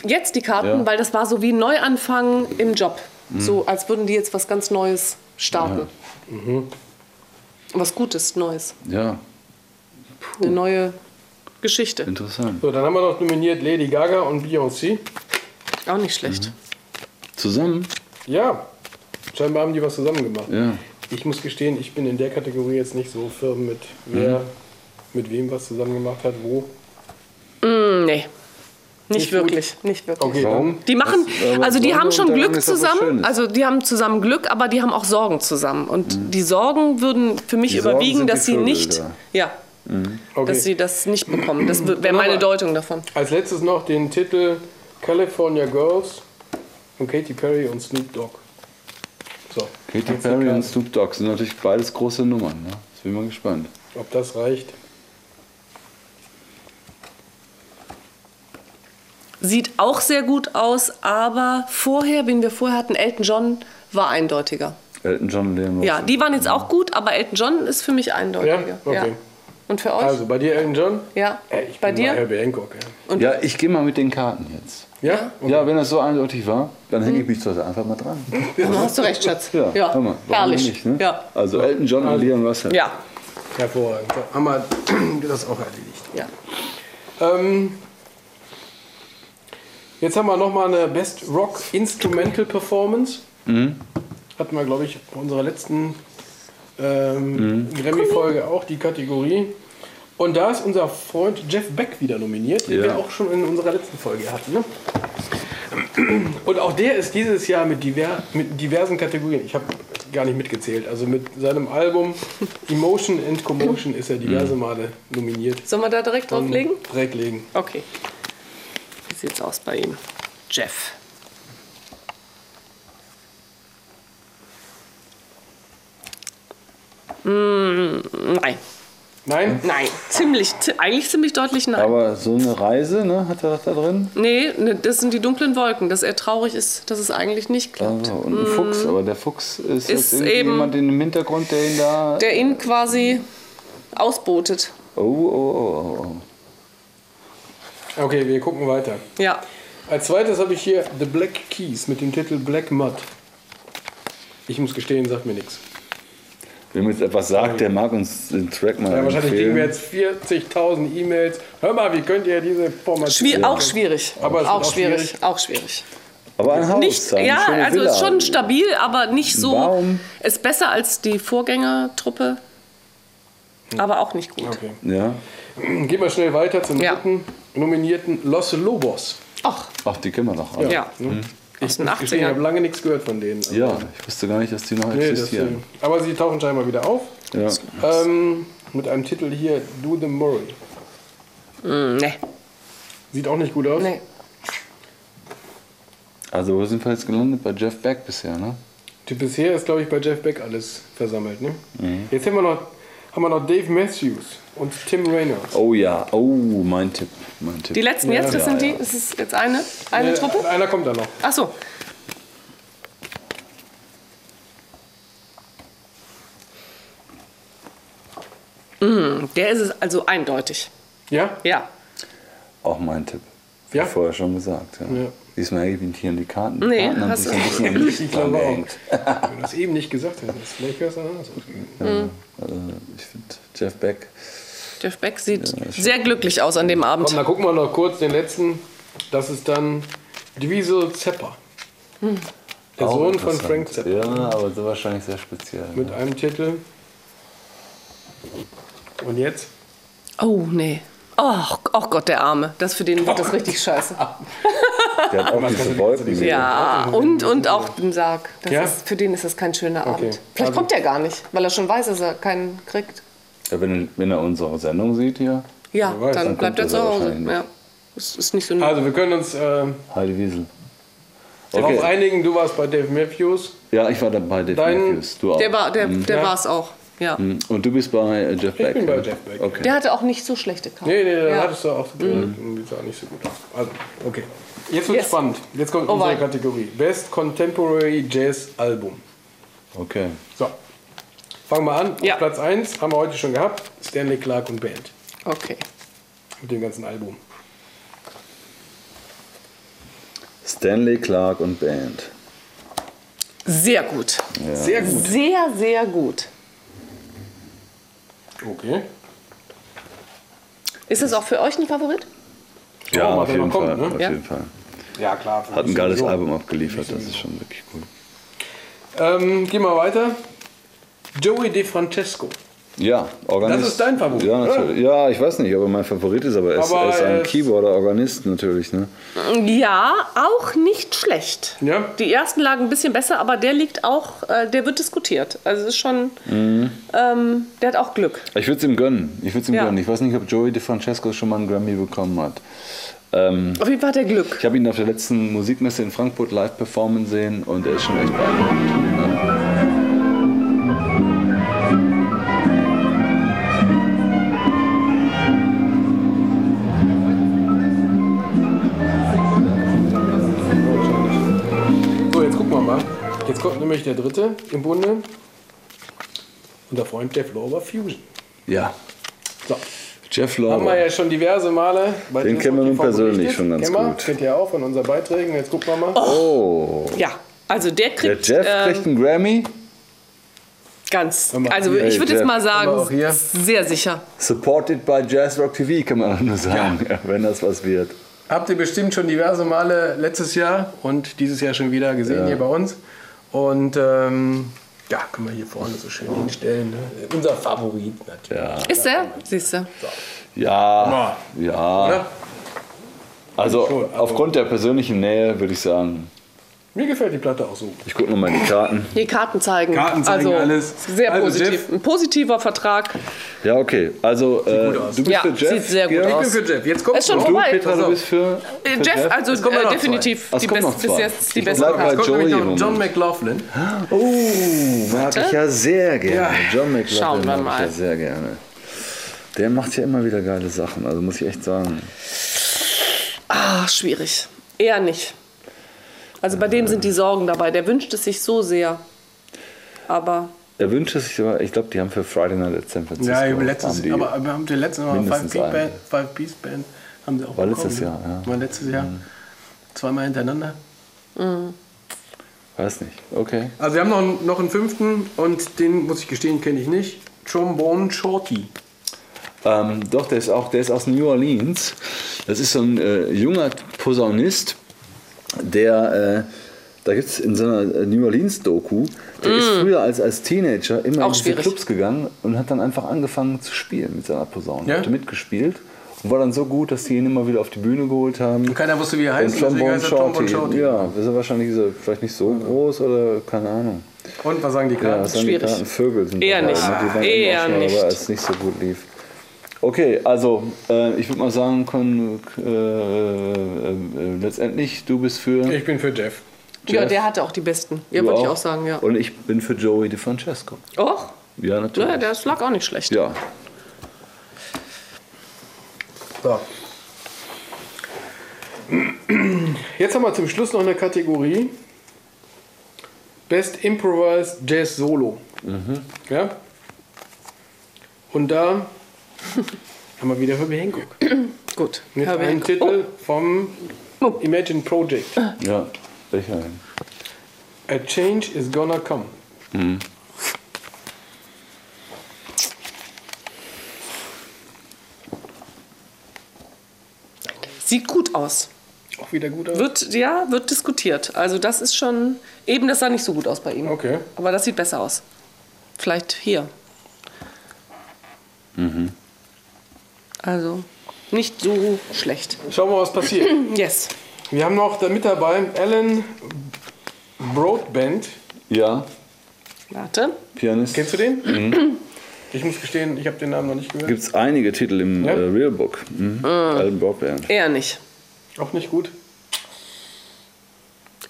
[SPEAKER 3] Jetzt die Karten,
[SPEAKER 1] Ja. Mhm.
[SPEAKER 3] weil das war so wie Neuanfang im Job. So als würden die jetzt was ganz Neues starten.
[SPEAKER 2] Mhm.
[SPEAKER 3] Was Gutes, Neues.
[SPEAKER 1] Ja,
[SPEAKER 3] Eine neue Geschichte.
[SPEAKER 1] interessant.
[SPEAKER 2] So, dann haben wir noch nominiert Lady Gaga und Beyoncé.
[SPEAKER 3] Auch nicht schlecht.
[SPEAKER 1] Zusammen?
[SPEAKER 2] Ja, scheinbar haben die was zusammen gemacht.
[SPEAKER 1] Ja.
[SPEAKER 2] Ich muss gestehen, ich bin in der Kategorie jetzt nicht so firm mit
[SPEAKER 1] Hm.
[SPEAKER 2] wer mit wem was zusammen gemacht hat, wo.
[SPEAKER 3] Mhm. Hm, Nee. Nicht,
[SPEAKER 2] gut?
[SPEAKER 3] wirklich, nicht wirklich.
[SPEAKER 2] Okay,
[SPEAKER 1] Warum?
[SPEAKER 3] Die machen,
[SPEAKER 1] Das- aber
[SPEAKER 3] also die
[SPEAKER 1] Sorge
[SPEAKER 3] haben schon
[SPEAKER 1] und Drang
[SPEAKER 3] Glück
[SPEAKER 1] ist doch was Schönes.
[SPEAKER 3] zusammen, also die haben zusammen Glück, aber die haben auch Sorgen zusammen. Und die Sorgen würden für mich
[SPEAKER 1] Mhm. Die Sorgen
[SPEAKER 3] überwiegen,
[SPEAKER 1] sind
[SPEAKER 3] dass
[SPEAKER 1] die
[SPEAKER 3] sie
[SPEAKER 1] Vögel
[SPEAKER 3] nicht,
[SPEAKER 1] da.
[SPEAKER 3] ja,
[SPEAKER 2] okay.
[SPEAKER 3] dass sie das nicht bekommen. Das wäre meine
[SPEAKER 2] Wunderbar.
[SPEAKER 3] Deutung davon.
[SPEAKER 2] Als letztes noch den Titel California Girls von Katy Perry und Snoop Dogg. So,
[SPEAKER 1] Katy Perry und Snoop Dogg sind natürlich beides große Nummern. Ne? Jetzt bin ich mal gespannt.
[SPEAKER 2] ob das reicht.
[SPEAKER 3] Sieht auch sehr gut aus, aber vorher, wen wir vorher hatten, Elton John war eindeutiger.
[SPEAKER 1] Elton John und Liam
[SPEAKER 3] Ja,
[SPEAKER 1] Lawson.
[SPEAKER 3] die waren jetzt auch gut, aber Elton John ist für mich eindeutiger.
[SPEAKER 2] Ja? Okay.
[SPEAKER 3] Und für euch?
[SPEAKER 2] Also bei dir Elton John?
[SPEAKER 3] ja.
[SPEAKER 2] Ey, Äh, ich
[SPEAKER 3] Bei
[SPEAKER 2] bin mal
[SPEAKER 3] dir?
[SPEAKER 2] Herbie Hancock. Ja?
[SPEAKER 1] ja ich gehe mal mit den Karten jetzt.
[SPEAKER 2] Ja? Okay.
[SPEAKER 1] Ja, wenn das so eindeutig war, dann hänge
[SPEAKER 3] Mhm.
[SPEAKER 1] ich mich das einfach mal dran.
[SPEAKER 3] Ja, hast du recht, Schatz.
[SPEAKER 1] Ja, hör mal, warum
[SPEAKER 3] Mhm. herrlich.
[SPEAKER 1] Nicht, ne?
[SPEAKER 3] Ja.
[SPEAKER 1] Also Elton John und Liam Russell.
[SPEAKER 3] Ja.
[SPEAKER 2] Hervorragend. So, haben wir *clears throat* das auch erledigt.
[SPEAKER 3] ja.
[SPEAKER 2] Ähm, jetzt haben wir nochmal eine Best Rock Instrumental Performance. Hatten wir, glaube ich, bei unserer letzten ähm, Grammy-Folge auch die Kategorie. Und da ist unser Freund Jeff Beck wieder nominiert, den
[SPEAKER 1] Ja.
[SPEAKER 2] wir auch schon in unserer letzten Folge hatten. Ne? Und auch der ist dieses Jahr mit, diver mit diversen Kategorien, ich habe gar nicht mitgezählt, also mit seinem Album Emotion and Commotion ist er diverse Male nominiert.
[SPEAKER 3] Sollen wir da direkt drauflegen?
[SPEAKER 2] Direkt legen.
[SPEAKER 3] Okay. Wie sieht's aus bei ihm? Jeff. Mm, nein,
[SPEAKER 2] Nein?
[SPEAKER 3] nein. Ziemlich, zi- eigentlich ziemlich deutlich nein.
[SPEAKER 1] Aber so eine Reise, ne, hat er das da drin?
[SPEAKER 3] Nee, ne, das sind die dunklen Wolken, dass er traurig ist, dass es eigentlich nicht klappt.
[SPEAKER 1] Also, und ein Fuchs, aber der Fuchs ist,
[SPEAKER 3] mhm. Ist
[SPEAKER 1] jetzt irgendwie
[SPEAKER 3] eben-
[SPEAKER 1] jemand in dem Hintergrund, der ihn da.
[SPEAKER 3] Der ihn quasi ausbotet.
[SPEAKER 1] Oh, oh, oh, oh.
[SPEAKER 2] Okay, wir gucken weiter.
[SPEAKER 3] Ja.
[SPEAKER 2] Als zweites habe ich hier The Black Keys mit dem Titel Black Mud. Ich muss gestehen, sagt mir nichts.
[SPEAKER 1] Wenn mir jetzt etwas sagt, der mag uns den Track mal.
[SPEAKER 2] Ja, wahrscheinlich
[SPEAKER 1] empfehlen.
[SPEAKER 2] kriegen wir jetzt 40.000 E-Mails. Hör mal, wie könnt ihr diese Formation...
[SPEAKER 3] Schwier auch schwierig.
[SPEAKER 2] Aber es ist
[SPEAKER 3] auch
[SPEAKER 2] auch
[SPEAKER 3] schwierig.
[SPEAKER 2] schwierig.
[SPEAKER 3] Auch schwierig.
[SPEAKER 1] Aber ein Haus.
[SPEAKER 3] Nicht,
[SPEAKER 1] eine
[SPEAKER 3] ja,
[SPEAKER 1] schöne
[SPEAKER 3] also
[SPEAKER 1] Villa.
[SPEAKER 3] ist schon stabil, aber nicht so.
[SPEAKER 1] Baum.
[SPEAKER 3] Ist besser als die Vorgängertruppe, aber auch nicht gut.
[SPEAKER 2] Okay.
[SPEAKER 1] Ja.
[SPEAKER 2] Gehen wir schnell weiter zum
[SPEAKER 3] Ja.
[SPEAKER 2] dritten Nominierten Los Lobos.
[SPEAKER 3] Ach,
[SPEAKER 1] Ach, die kennen wir doch alle.
[SPEAKER 3] ja. Aus den
[SPEAKER 2] Gestehen, ich habe
[SPEAKER 3] 80ern.
[SPEAKER 2] lange nichts gehört von denen.
[SPEAKER 1] Ja, ich wusste gar nicht, dass die noch
[SPEAKER 2] Nee, das, äh,
[SPEAKER 1] existieren.
[SPEAKER 2] aber sie tauchen scheinbar wieder auf.
[SPEAKER 1] ja.
[SPEAKER 2] Ähm, mit einem Titel hier, Do the Murray.
[SPEAKER 3] Hm, nee,
[SPEAKER 2] Sieht auch nicht gut aus.
[SPEAKER 3] nee.
[SPEAKER 1] Also, wo sind wir jetzt gelandet? Bei Jeff Beck bisher, ne?
[SPEAKER 2] Die bisher ist, glaube ich, bei Jeff Beck alles versammelt. Ne?
[SPEAKER 1] Mhm.
[SPEAKER 2] Jetzt haben wir, noch, haben wir noch Dave Matthews und Tim Reynolds.
[SPEAKER 1] Oh ja, oh, mein Tipp. Mein Tipp.
[SPEAKER 3] Die letzten jetzt, das
[SPEAKER 1] Ja,
[SPEAKER 3] sind die.
[SPEAKER 1] ja.
[SPEAKER 3] Ist es jetzt eine, eine
[SPEAKER 2] Äh,
[SPEAKER 3] Truppe?
[SPEAKER 2] Einer kommt da noch.
[SPEAKER 3] Ach so. Hm, Der ist es also eindeutig.
[SPEAKER 2] Ja?
[SPEAKER 3] Ja.
[SPEAKER 1] Auch mein Tipp.
[SPEAKER 2] Ja?
[SPEAKER 1] Hab ich vorher schon gesagt. Ja.
[SPEAKER 2] Ja,
[SPEAKER 1] Diesmal hebe ich hier in die Karten. Die
[SPEAKER 3] Nee,
[SPEAKER 1] Karten haben
[SPEAKER 3] hast
[SPEAKER 1] sich
[SPEAKER 3] du-
[SPEAKER 1] ein bisschen am Licht
[SPEAKER 2] Ich glaube auch.
[SPEAKER 1] angehängt.
[SPEAKER 2] Wenn du das eben nicht gesagt hättest, vielleicht wäre es dann anders. ausgegangen.
[SPEAKER 1] Also, ich finde Jeff Beck.
[SPEAKER 3] Der Speck sieht sehr glücklich aus an dem Abend.
[SPEAKER 2] Komm, dann gucken wir noch kurz den letzten. Das ist dann Dweezil Zepper. Der
[SPEAKER 3] Hm.
[SPEAKER 1] auch
[SPEAKER 2] Sohn von
[SPEAKER 1] interessant.
[SPEAKER 2] Frank Zappa.
[SPEAKER 1] Ja, aber so wahrscheinlich sehr speziell.
[SPEAKER 2] Mit einem Titel. Und jetzt?
[SPEAKER 3] Oh, nee. Och, oh Gott, der Arme. Das für den wird das richtig
[SPEAKER 2] *laughs*
[SPEAKER 3] scheiße.
[SPEAKER 1] Der hat auch diese Wolken.
[SPEAKER 3] Ja, und, und auch im Sarg. Das
[SPEAKER 2] Ja?
[SPEAKER 3] ist, für den ist das kein schöner Abend.
[SPEAKER 2] Okay.
[SPEAKER 3] Vielleicht
[SPEAKER 2] Also-
[SPEAKER 3] kommt er gar nicht, weil er schon weiß, dass er keinen kriegt.
[SPEAKER 1] Ja, wenn, wenn er unsere Sendung sieht hier,
[SPEAKER 3] Ja,
[SPEAKER 2] Wer weiß,
[SPEAKER 3] dann
[SPEAKER 2] dann
[SPEAKER 3] bleibt er
[SPEAKER 1] kommt
[SPEAKER 3] zu
[SPEAKER 1] er
[SPEAKER 3] Hause.
[SPEAKER 1] wahrscheinlich
[SPEAKER 3] Ja. Das ist nicht so
[SPEAKER 2] Also, wir können uns äh,
[SPEAKER 1] Heidi Wiesel.
[SPEAKER 2] darauf einigen. Du warst bei Dave Matthews.
[SPEAKER 1] Ja, ich war dabei, Dave
[SPEAKER 2] Dein-
[SPEAKER 1] Matthews. Du auch.
[SPEAKER 3] Der war der, der
[SPEAKER 2] Ja. Mhm.
[SPEAKER 3] war's auch. Ja.
[SPEAKER 1] Und du bist bei äh, Jeff Beck.
[SPEAKER 2] bin bei
[SPEAKER 1] ja?
[SPEAKER 2] Jeff Beck.
[SPEAKER 1] Okay.
[SPEAKER 3] Der hatte auch nicht so schlechte Karten.
[SPEAKER 2] Nee, nee, da
[SPEAKER 3] Ja.
[SPEAKER 2] hattest du auch irgendwie sah nicht so gut aus. Also, okay. Jetzt wird
[SPEAKER 3] Yes.
[SPEAKER 2] spannend. Jetzt kommt
[SPEAKER 3] Oh
[SPEAKER 2] unsere
[SPEAKER 3] wei.
[SPEAKER 2] Kategorie. Best Contemporary Jazz Album.
[SPEAKER 1] okay.
[SPEAKER 2] So. Fangen wir an.
[SPEAKER 3] Ja.
[SPEAKER 2] Auf Platz 1 haben wir heute schon gehabt. Stanley Clark und Band.
[SPEAKER 3] Okay.
[SPEAKER 2] Mit dem ganzen Album.
[SPEAKER 1] Stanley Clark und Band.
[SPEAKER 3] Sehr gut.
[SPEAKER 2] Sehr gut.
[SPEAKER 3] Sehr, sehr gut.
[SPEAKER 2] Okay.
[SPEAKER 3] Ist das auch für euch ein Favorit?
[SPEAKER 2] Ja,
[SPEAKER 1] auf
[SPEAKER 2] mal, wenn
[SPEAKER 1] jeden,
[SPEAKER 2] man kommt,
[SPEAKER 1] Fall,
[SPEAKER 2] ne?
[SPEAKER 1] auf
[SPEAKER 3] Ja.
[SPEAKER 1] jeden Fall.
[SPEAKER 2] Ja, klar. für
[SPEAKER 1] Hat ein
[SPEAKER 2] mich
[SPEAKER 1] geiles
[SPEAKER 2] sowieso.
[SPEAKER 1] Album abgeliefert, das ist schon wirklich cool.
[SPEAKER 2] Ähm, gehen wir weiter. Joey DeFrancesco.
[SPEAKER 1] Ja, Organist.
[SPEAKER 2] Das ist dein Favorit,
[SPEAKER 1] Ja,
[SPEAKER 2] oder?
[SPEAKER 1] natürlich. ja, ich weiß nicht, ob er mein Favorit ist, aber er ist,
[SPEAKER 2] Aber
[SPEAKER 1] er ist ein
[SPEAKER 2] er ist-
[SPEAKER 1] Keyboarder, Organist natürlich. Ne?
[SPEAKER 3] Ja, auch nicht schlecht.
[SPEAKER 2] Ja.
[SPEAKER 3] Die ersten lagen ein bisschen besser, aber der liegt auch, äh, der wird diskutiert. Also es ist schon, ähm, der hat auch Glück.
[SPEAKER 1] Ich würde es ihm gönnen. Ich würde ihm
[SPEAKER 3] Ja.
[SPEAKER 1] gönnen. Ich weiß nicht, ob Joey DeFrancesco schon mal einen Grammy bekommen hat. Ähm,
[SPEAKER 2] Mhm.
[SPEAKER 3] Auf jeden Fall hat er Glück.
[SPEAKER 1] ich habe ihn auf der letzten Musikmesse in Frankfurt live performen sehen und er ist schon echt beeindruckend. Ne?
[SPEAKER 2] So, jetzt gucken wir mal. Jetzt kommt nämlich der dritte im Bunde. Unser Freund Jeff Lowe war Fusion.
[SPEAKER 1] Ja.
[SPEAKER 2] So,
[SPEAKER 1] Jeff
[SPEAKER 2] haben wir
[SPEAKER 1] Lorber.
[SPEAKER 2] ja schon diverse Male. Bei
[SPEAKER 1] Den
[SPEAKER 2] diesem
[SPEAKER 1] kennen wir nun
[SPEAKER 2] TV
[SPEAKER 1] persönlich
[SPEAKER 2] berichtet.
[SPEAKER 1] schon ganz
[SPEAKER 2] Kennen wir,
[SPEAKER 1] gut.
[SPEAKER 2] Kennt ihr auch von unseren Beiträgen. Jetzt gucken wir mal.
[SPEAKER 1] Oh.
[SPEAKER 3] Ja, also der
[SPEAKER 1] Der
[SPEAKER 3] kriegt,
[SPEAKER 1] Jeff
[SPEAKER 3] ähm,
[SPEAKER 1] kriegt einen Grammy.
[SPEAKER 3] ganz,
[SPEAKER 2] Hör mal,
[SPEAKER 3] also
[SPEAKER 1] hey,
[SPEAKER 3] ich würde
[SPEAKER 1] Jeff.
[SPEAKER 3] jetzt mal
[SPEAKER 2] Hör mal auch
[SPEAKER 3] sagen,
[SPEAKER 2] hier.
[SPEAKER 3] sehr sicher.
[SPEAKER 1] Supported by Jazz Rock TV, kann man nur sagen, *laughs* wenn das was wird.
[SPEAKER 2] *laughs* Habt ihr bestimmt schon diverse Male letztes Jahr und dieses Jahr schon wieder gesehen hier bei uns. Und ähm, ja, können wir hier vorne so schön hinstellen. Ne? Unser Favorit natürlich.
[SPEAKER 1] Ja.
[SPEAKER 3] Ist der? Siehst du.
[SPEAKER 1] Ja. Ja.
[SPEAKER 2] Ja.
[SPEAKER 1] Also
[SPEAKER 2] Schon, also aber-
[SPEAKER 1] aufgrund der persönlichen Nähe würde ich sagen,
[SPEAKER 2] Mir gefällt die Platte auch so.
[SPEAKER 1] ich gucke nochmal in die Karten.
[SPEAKER 3] Die Karten zeigen.
[SPEAKER 2] Karten zeigen
[SPEAKER 3] also,
[SPEAKER 2] alles.
[SPEAKER 3] Sehr
[SPEAKER 2] Also,
[SPEAKER 3] positiv.
[SPEAKER 2] Jeff-
[SPEAKER 3] Ein positiver Vertrag.
[SPEAKER 1] Ja, okay. Also äh,
[SPEAKER 2] aus.
[SPEAKER 1] du bist
[SPEAKER 3] Ja,
[SPEAKER 1] für Jeff.
[SPEAKER 3] sieht sehr gut
[SPEAKER 1] Georg?
[SPEAKER 3] aus. Oh
[SPEAKER 2] Ich bin für Jeff. Jetzt kommt
[SPEAKER 3] Ist schon
[SPEAKER 1] Du,
[SPEAKER 3] vorbei.
[SPEAKER 1] Petra,
[SPEAKER 2] Pass
[SPEAKER 1] du
[SPEAKER 2] auf.
[SPEAKER 1] bist für,
[SPEAKER 3] Äh,
[SPEAKER 1] für
[SPEAKER 3] Jeff, also
[SPEAKER 2] Jetzt kommen ja
[SPEAKER 3] äh,
[SPEAKER 2] noch
[SPEAKER 3] definitiv
[SPEAKER 1] Ach, es
[SPEAKER 3] die
[SPEAKER 1] kommen
[SPEAKER 3] best,
[SPEAKER 1] noch
[SPEAKER 3] bis
[SPEAKER 1] zwei.
[SPEAKER 3] jetzt die
[SPEAKER 1] Ich
[SPEAKER 3] besten
[SPEAKER 1] bleib bei
[SPEAKER 3] Karten.
[SPEAKER 2] Kommt nämlich
[SPEAKER 1] Joey
[SPEAKER 2] noch
[SPEAKER 1] rum.
[SPEAKER 2] John McLaughlin.
[SPEAKER 1] Oh, mag ich ja sehr gerne. John
[SPEAKER 3] Schauen
[SPEAKER 1] McLaughlin
[SPEAKER 3] wir
[SPEAKER 1] mag ich ja
[SPEAKER 3] mal.
[SPEAKER 1] sehr gerne. Der macht ja immer wieder geile Sachen, also muss ich echt sagen.
[SPEAKER 3] Ach, Ah, schwierig. Eher nicht. Also bei dem sind die Sorgen dabei. Der wünscht es sich so sehr. Aber
[SPEAKER 1] Er wünscht es sich aber, ich glaube, die haben für Friday Night at San Francisco.
[SPEAKER 2] Ja,
[SPEAKER 1] haben
[SPEAKER 2] letztes,
[SPEAKER 1] die-
[SPEAKER 2] aber, aber haben die letztes Mal
[SPEAKER 1] mindestens
[SPEAKER 2] Five
[SPEAKER 1] einen.
[SPEAKER 2] Piece, Band, Five Piece Band haben sie auch
[SPEAKER 1] War
[SPEAKER 2] bekommen,
[SPEAKER 1] letztes
[SPEAKER 2] ne?
[SPEAKER 1] Jahr, ja. Mhm.
[SPEAKER 2] War letztes Jahr. Zweimal hintereinander.
[SPEAKER 1] Weiß nicht. Okay.
[SPEAKER 2] Also wir haben noch, einen- noch einen fünften und den, muss ich gestehen, kenne ich nicht. Trombone Shorty.
[SPEAKER 1] Ähm, doch, der ist auch, der ist aus New Orleans. Das ist so ein äh, junger Posaunist, der, äh, da gibt es in so einer äh, New Orleans-Doku, der ist
[SPEAKER 2] Mm.
[SPEAKER 1] früher als, als Teenager immer
[SPEAKER 3] Auch
[SPEAKER 1] in diese
[SPEAKER 3] schwierig.
[SPEAKER 1] Clubs gegangen und hat dann einfach angefangen zu spielen mit seiner Posaune.
[SPEAKER 2] Ja?
[SPEAKER 1] Hat mitgespielt und war dann so gut, dass die ihn immer wieder auf die Bühne geholt haben.
[SPEAKER 2] Und keiner wusste, wie er heißt.
[SPEAKER 1] Und
[SPEAKER 2] und deswegen
[SPEAKER 1] Trombone
[SPEAKER 2] heißt er Trombone
[SPEAKER 1] Shorty. Ja, ist er wahrscheinlich so, vielleicht nicht so groß oder keine Ahnung.
[SPEAKER 2] Und was sagen die Karten?
[SPEAKER 1] Ja,
[SPEAKER 3] schwierig.
[SPEAKER 1] Schwierig. Vögel sind
[SPEAKER 3] Eher
[SPEAKER 1] dabei,
[SPEAKER 3] nicht.
[SPEAKER 1] ne? Die waren
[SPEAKER 3] Eher
[SPEAKER 1] emotional,
[SPEAKER 3] nicht.
[SPEAKER 1] Aber es nicht so gut lief. Okay, also äh, ich würde mal sagen, kon, äh, äh, äh, letztendlich du bist für.
[SPEAKER 2] Ich bin für Jeff.
[SPEAKER 3] ja, der hatte auch die besten. Ja,
[SPEAKER 1] du
[SPEAKER 3] würde ich auch sagen, ja.
[SPEAKER 1] Und ich bin für Joey DeFrancesco.
[SPEAKER 3] Och,
[SPEAKER 1] Ja, natürlich.
[SPEAKER 3] ja, der lag auch nicht schlecht.
[SPEAKER 1] ja.
[SPEAKER 2] So. Jetzt haben wir zum Schluss noch eine Kategorie. Best Improvised Jazz Solo. Mhm. Ja? Und da *laughs* haben wir wieder Herbie Hancock.
[SPEAKER 3] Gut.
[SPEAKER 2] Mit
[SPEAKER 3] Herbie
[SPEAKER 2] einem
[SPEAKER 3] Hancock.
[SPEAKER 2] Titel vom Imagine Project.
[SPEAKER 1] Ja. Welcher denn?
[SPEAKER 2] A Change is Gonna Come.
[SPEAKER 3] Sieht gut aus.
[SPEAKER 2] Auch wieder gut aus.
[SPEAKER 3] Wird, ja, wird diskutiert. Also das ist schon, eben das sah nicht so gut aus bei ihm.
[SPEAKER 2] Okay.
[SPEAKER 3] Aber das sieht besser aus. Vielleicht hier.
[SPEAKER 1] Mhm.
[SPEAKER 3] Also nicht so schlecht.
[SPEAKER 2] Schauen wir mal, was passiert.
[SPEAKER 3] *clears throat* Yes.
[SPEAKER 2] Wir haben noch da mit dabei Alan Broadbent.
[SPEAKER 1] Ja,
[SPEAKER 3] Warte.
[SPEAKER 1] Pianist.
[SPEAKER 2] Kennst du den?
[SPEAKER 1] Mhm.
[SPEAKER 2] Ich muss gestehen, ich habe den Namen noch nicht gehört.
[SPEAKER 1] Gibt es einige Titel im
[SPEAKER 2] Ja?
[SPEAKER 1] äh, Real Book. Mhm.
[SPEAKER 3] Ah.
[SPEAKER 1] Alan Broadband.
[SPEAKER 3] Eher nicht.
[SPEAKER 2] Auch nicht gut.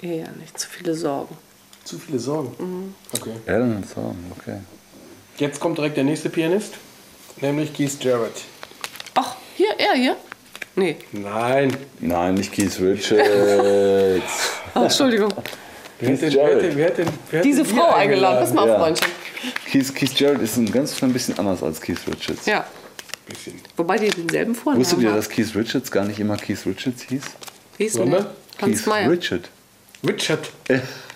[SPEAKER 3] Eher nicht. Zu viele Sorgen.
[SPEAKER 2] Zu viele Sorgen.
[SPEAKER 3] Mhm.
[SPEAKER 2] Okay.
[SPEAKER 1] Alan Song, okay.
[SPEAKER 2] Jetzt kommt direkt der nächste Pianist, nämlich Keith Jarrett.
[SPEAKER 3] Ach, hier, er hier? Nee.
[SPEAKER 2] Nein.
[SPEAKER 1] Nein, nicht Keith Richards.
[SPEAKER 3] *laughs*
[SPEAKER 1] *laughs*
[SPEAKER 3] Ach, Entschuldigung.
[SPEAKER 2] Wer hat
[SPEAKER 1] Keith
[SPEAKER 2] denn, wer hat
[SPEAKER 1] Jarrett.
[SPEAKER 2] denn, wer hat denn, wer hat
[SPEAKER 3] Diese
[SPEAKER 2] denn hier
[SPEAKER 3] Frau eingeladen. Pass mal
[SPEAKER 1] Ja.
[SPEAKER 3] auf, Freundchen.
[SPEAKER 1] Keith, Keith Jarrett ist ein ganz klein bisschen anders als Keith Richards.
[SPEAKER 3] Ja.
[SPEAKER 2] Bisschen.
[SPEAKER 3] Wobei die denselben Vornamen
[SPEAKER 1] Wusstet ihr,
[SPEAKER 3] haben.
[SPEAKER 1] dass Keith Richards gar nicht immer Keith Richards hieß?
[SPEAKER 3] Wie ist denn der?
[SPEAKER 2] Sondern?
[SPEAKER 3] Hans
[SPEAKER 1] Keith
[SPEAKER 3] Meyer.
[SPEAKER 1] Richard. *laughs*
[SPEAKER 2] Richard.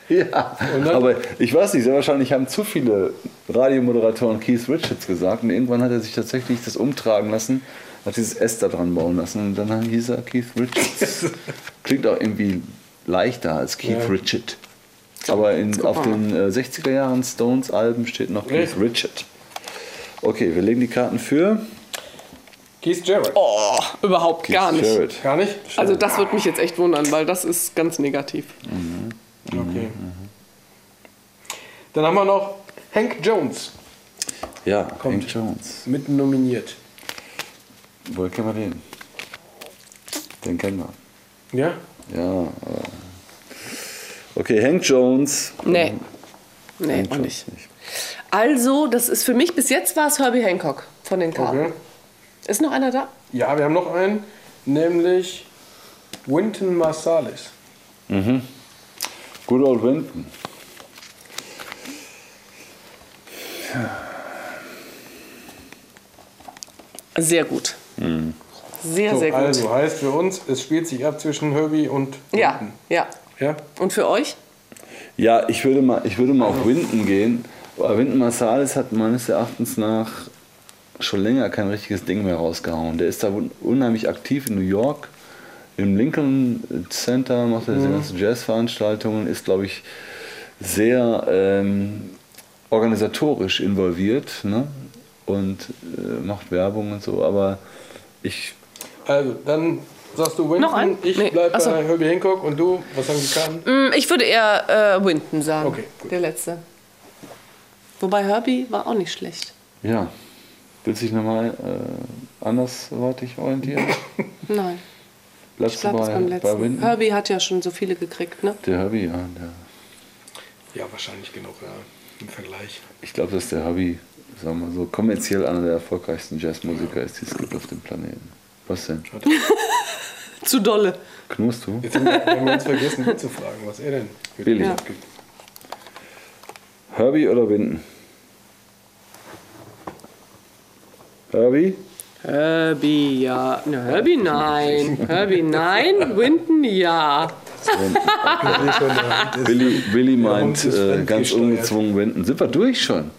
[SPEAKER 1] Ja,
[SPEAKER 2] dann-
[SPEAKER 1] aber ich weiß nicht, sehr wahrscheinlich haben zu viele Radiomoderatoren Keith Richards gesagt und irgendwann hat er sich tatsächlich das umtragen lassen, hat dieses S da dran bauen lassen und dann hieß er Keith Richards.
[SPEAKER 2] *laughs*
[SPEAKER 1] Klingt auch irgendwie leichter als Keith
[SPEAKER 2] Ja.
[SPEAKER 1] Richard. Aber in,
[SPEAKER 3] guck
[SPEAKER 1] auf
[SPEAKER 3] mal.
[SPEAKER 1] den äh, 60er Jahren Stones Alben steht noch Keith
[SPEAKER 2] Echt?
[SPEAKER 1] Richard. Okay, wir legen die Karten für
[SPEAKER 2] Keith Jarrett.
[SPEAKER 3] Oh, überhaupt
[SPEAKER 1] Keith
[SPEAKER 3] gar nicht.
[SPEAKER 1] Jarrett.
[SPEAKER 2] Gar nicht?
[SPEAKER 3] Also das würde mich jetzt echt wundern, weil das ist ganz negativ. Mhm.
[SPEAKER 2] Okay. Dann haben wir noch Hank Jones
[SPEAKER 1] Ja,
[SPEAKER 2] Kommt.
[SPEAKER 1] Hank Jones.
[SPEAKER 2] mit nominiert.
[SPEAKER 1] Woher kennen wir den? Den kennen wir.
[SPEAKER 2] Ja?
[SPEAKER 1] Ja. äh. aber- Okay, Hank Jones.
[SPEAKER 3] Nee. Nee,
[SPEAKER 1] Hank
[SPEAKER 3] auch
[SPEAKER 1] Jones
[SPEAKER 3] nicht. Also, das ist für mich, bis jetzt war es Herbie Hancock von den Karten.
[SPEAKER 2] Okay.
[SPEAKER 3] Ist noch einer da?
[SPEAKER 2] Ja, wir haben noch einen, nämlich Wynton Marsalis.
[SPEAKER 1] Good old Winton.
[SPEAKER 3] Sehr gut. Sehr,
[SPEAKER 2] So,
[SPEAKER 3] sehr gut.
[SPEAKER 2] also heißt für uns, es spielt sich ab zwischen Herbie und
[SPEAKER 3] ja,
[SPEAKER 2] Wynton.
[SPEAKER 3] ja.
[SPEAKER 2] Ja?
[SPEAKER 3] Und für euch?
[SPEAKER 1] Ja, ich würde mal, ich würde mal
[SPEAKER 3] Also-
[SPEAKER 1] auf Winton gehen. Aber Winton Marsalis hat meines Erachtens nach schon länger kein richtiges Ding mehr rausgehauen. Der ist da un- unheimlich aktiv in New York. Im Lincoln Center macht er diese
[SPEAKER 3] Mhm.
[SPEAKER 1] ganzen Jazzveranstaltungen, ist, glaube ich, sehr ähm, organisatorisch involviert ne? und äh, macht Werbung und so. Aber ich
[SPEAKER 2] Also, dann sagst du Wynton,
[SPEAKER 3] Noch einen?
[SPEAKER 2] ich
[SPEAKER 3] Nee,
[SPEAKER 2] bleib
[SPEAKER 3] ach so.
[SPEAKER 2] bei Herbie Hancock und du, was haben die Karten?
[SPEAKER 3] Hm, Ich würde eher äh, Winton sagen,
[SPEAKER 2] Okay, gut.
[SPEAKER 3] der letzte. Wobei Herbie war auch nicht schlecht.
[SPEAKER 1] Ja. Willst du dich nochmal äh, andersweitig orientieren?
[SPEAKER 3] Nein, ich
[SPEAKER 1] Bleibst du
[SPEAKER 3] glaube, das beim
[SPEAKER 1] bei, bei
[SPEAKER 3] letzten.
[SPEAKER 1] Winden?
[SPEAKER 3] Herbie hat ja schon so viele gekriegt, ne?
[SPEAKER 1] Der Herbie, ja. Der,
[SPEAKER 2] Ja, wahrscheinlich genug, ja, im Vergleich.
[SPEAKER 1] ich glaube, dass der Herbie, sagen wir mal so, kommerziell einer der erfolgreichsten Jazzmusiker ist, die es gibt auf dem Planeten. Was denn?
[SPEAKER 3] Zu dolle.
[SPEAKER 1] Knurst du?
[SPEAKER 2] Jetzt haben wir, haben wir uns vergessen, ihn zu fragen, was er denn für
[SPEAKER 1] Billy.
[SPEAKER 2] den
[SPEAKER 3] Ja.
[SPEAKER 2] gibt.
[SPEAKER 1] Herbie oder Winden? Herbie?
[SPEAKER 3] Herbie, ja. Ne, Herbie, nein. Herbie, nein. Winton, ja. *laughs*
[SPEAKER 1] Billy, Billy meint
[SPEAKER 2] uns ist
[SPEAKER 1] äh,
[SPEAKER 2] fremd
[SPEAKER 1] ganz
[SPEAKER 2] gesteuert.
[SPEAKER 1] ungezwungen Winden. Sind wir durch schon?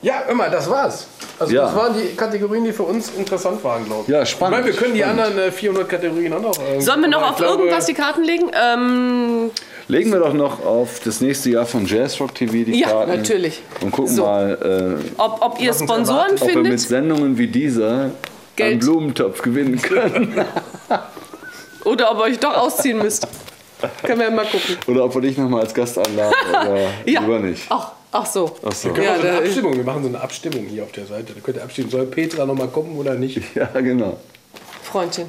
[SPEAKER 2] Ja, immer, das war's. Also
[SPEAKER 1] Ja.
[SPEAKER 2] das waren die Kategorien, die für uns interessant waren, glaube ich.
[SPEAKER 1] Ja, spannend,
[SPEAKER 2] Ich meine, wir können
[SPEAKER 1] spannend.
[SPEAKER 2] die anderen äh, 400 Kategorien auch noch. äh,
[SPEAKER 3] Sollen wir noch
[SPEAKER 2] aber
[SPEAKER 3] auf
[SPEAKER 2] ich glaube,
[SPEAKER 3] irgendwas die Karten legen? Ähm,
[SPEAKER 1] Legen wir doch noch auf das nächste Jahr von Jazzrock TV die
[SPEAKER 3] Ja,
[SPEAKER 1] Karten.
[SPEAKER 3] natürlich.
[SPEAKER 1] Und gucken
[SPEAKER 3] So.
[SPEAKER 1] mal, äh,
[SPEAKER 3] ob, ob ihr
[SPEAKER 2] Was uns
[SPEAKER 3] Sponsoren
[SPEAKER 2] erwartet.
[SPEAKER 1] ob wir mit
[SPEAKER 3] findet
[SPEAKER 1] Sendungen wie dieser einen
[SPEAKER 3] Geld.
[SPEAKER 1] Blumentopf gewinnen können. *laughs*
[SPEAKER 3] oder ob ihr euch doch ausziehen müsst. Können wir mal gucken.
[SPEAKER 1] Oder ob wir dich nochmal als Gast
[SPEAKER 3] *laughs*
[SPEAKER 1] einladen oder lieber nicht.
[SPEAKER 3] Ach, ach so.
[SPEAKER 1] Ach so.
[SPEAKER 2] Wir, können
[SPEAKER 3] Ja,
[SPEAKER 2] auch so eine
[SPEAKER 3] da-
[SPEAKER 2] Abstimmung, wir machen so eine Abstimmung hier auf der Seite. Da könnt ihr abstimmen, soll Petra nochmal kommen oder nicht.
[SPEAKER 1] Ja, genau.
[SPEAKER 3] Freundchen.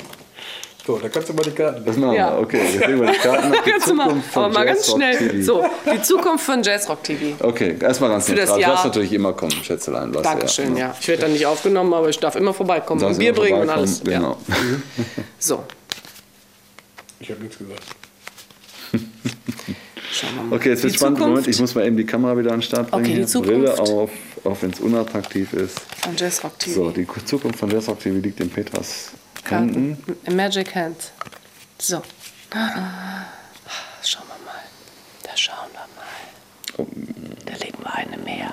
[SPEAKER 2] So, da kannst du mal die Karten
[SPEAKER 1] Das machen
[SPEAKER 3] Ja.
[SPEAKER 1] wir. Okay, jetzt legen wir die Karten auf die
[SPEAKER 3] Kannst du mal,
[SPEAKER 1] Zukunft von
[SPEAKER 3] aber mal ganz
[SPEAKER 1] Jazzrock
[SPEAKER 3] schnell.
[SPEAKER 1] TV.
[SPEAKER 3] So, die Zukunft von Jazzrock TV.
[SPEAKER 1] Okay, erstmal ganz
[SPEAKER 3] das
[SPEAKER 1] neutral. Du
[SPEAKER 3] Jahr.
[SPEAKER 1] darfst natürlich immer kommen, Schätzelein. weißt du,
[SPEAKER 3] Dankeschön, ja. Ich werde dann nicht aufgenommen, aber ich darf immer vorbeikommen.
[SPEAKER 1] Darfst
[SPEAKER 3] Und Bier
[SPEAKER 1] immer
[SPEAKER 3] bringen und
[SPEAKER 1] vorbeikommen,
[SPEAKER 3] alles. Ja.
[SPEAKER 1] Genau.
[SPEAKER 3] So,
[SPEAKER 2] Ich habe nichts gesagt.
[SPEAKER 3] schauen wir mal.
[SPEAKER 1] Okay, jetzt wird
[SPEAKER 3] Mhm. Die
[SPEAKER 1] spannend.
[SPEAKER 3] Zukunft
[SPEAKER 1] Moment, ich muss mal eben die Kamera wieder an den Start bringen.
[SPEAKER 3] Okay, die
[SPEAKER 1] hier.
[SPEAKER 3] Zukunft.
[SPEAKER 1] Brille auf, auch wenn es unattraktiv ist.
[SPEAKER 3] von Jazzrock TV.
[SPEAKER 1] So, die Zukunft von Jazzrock TV liegt in Petras Händen.
[SPEAKER 3] Karten. Magic Hand. So. Ah, Schauen wir mal. Da schauen wir mal.
[SPEAKER 1] Oh.
[SPEAKER 3] Da liegt nur eine mehr.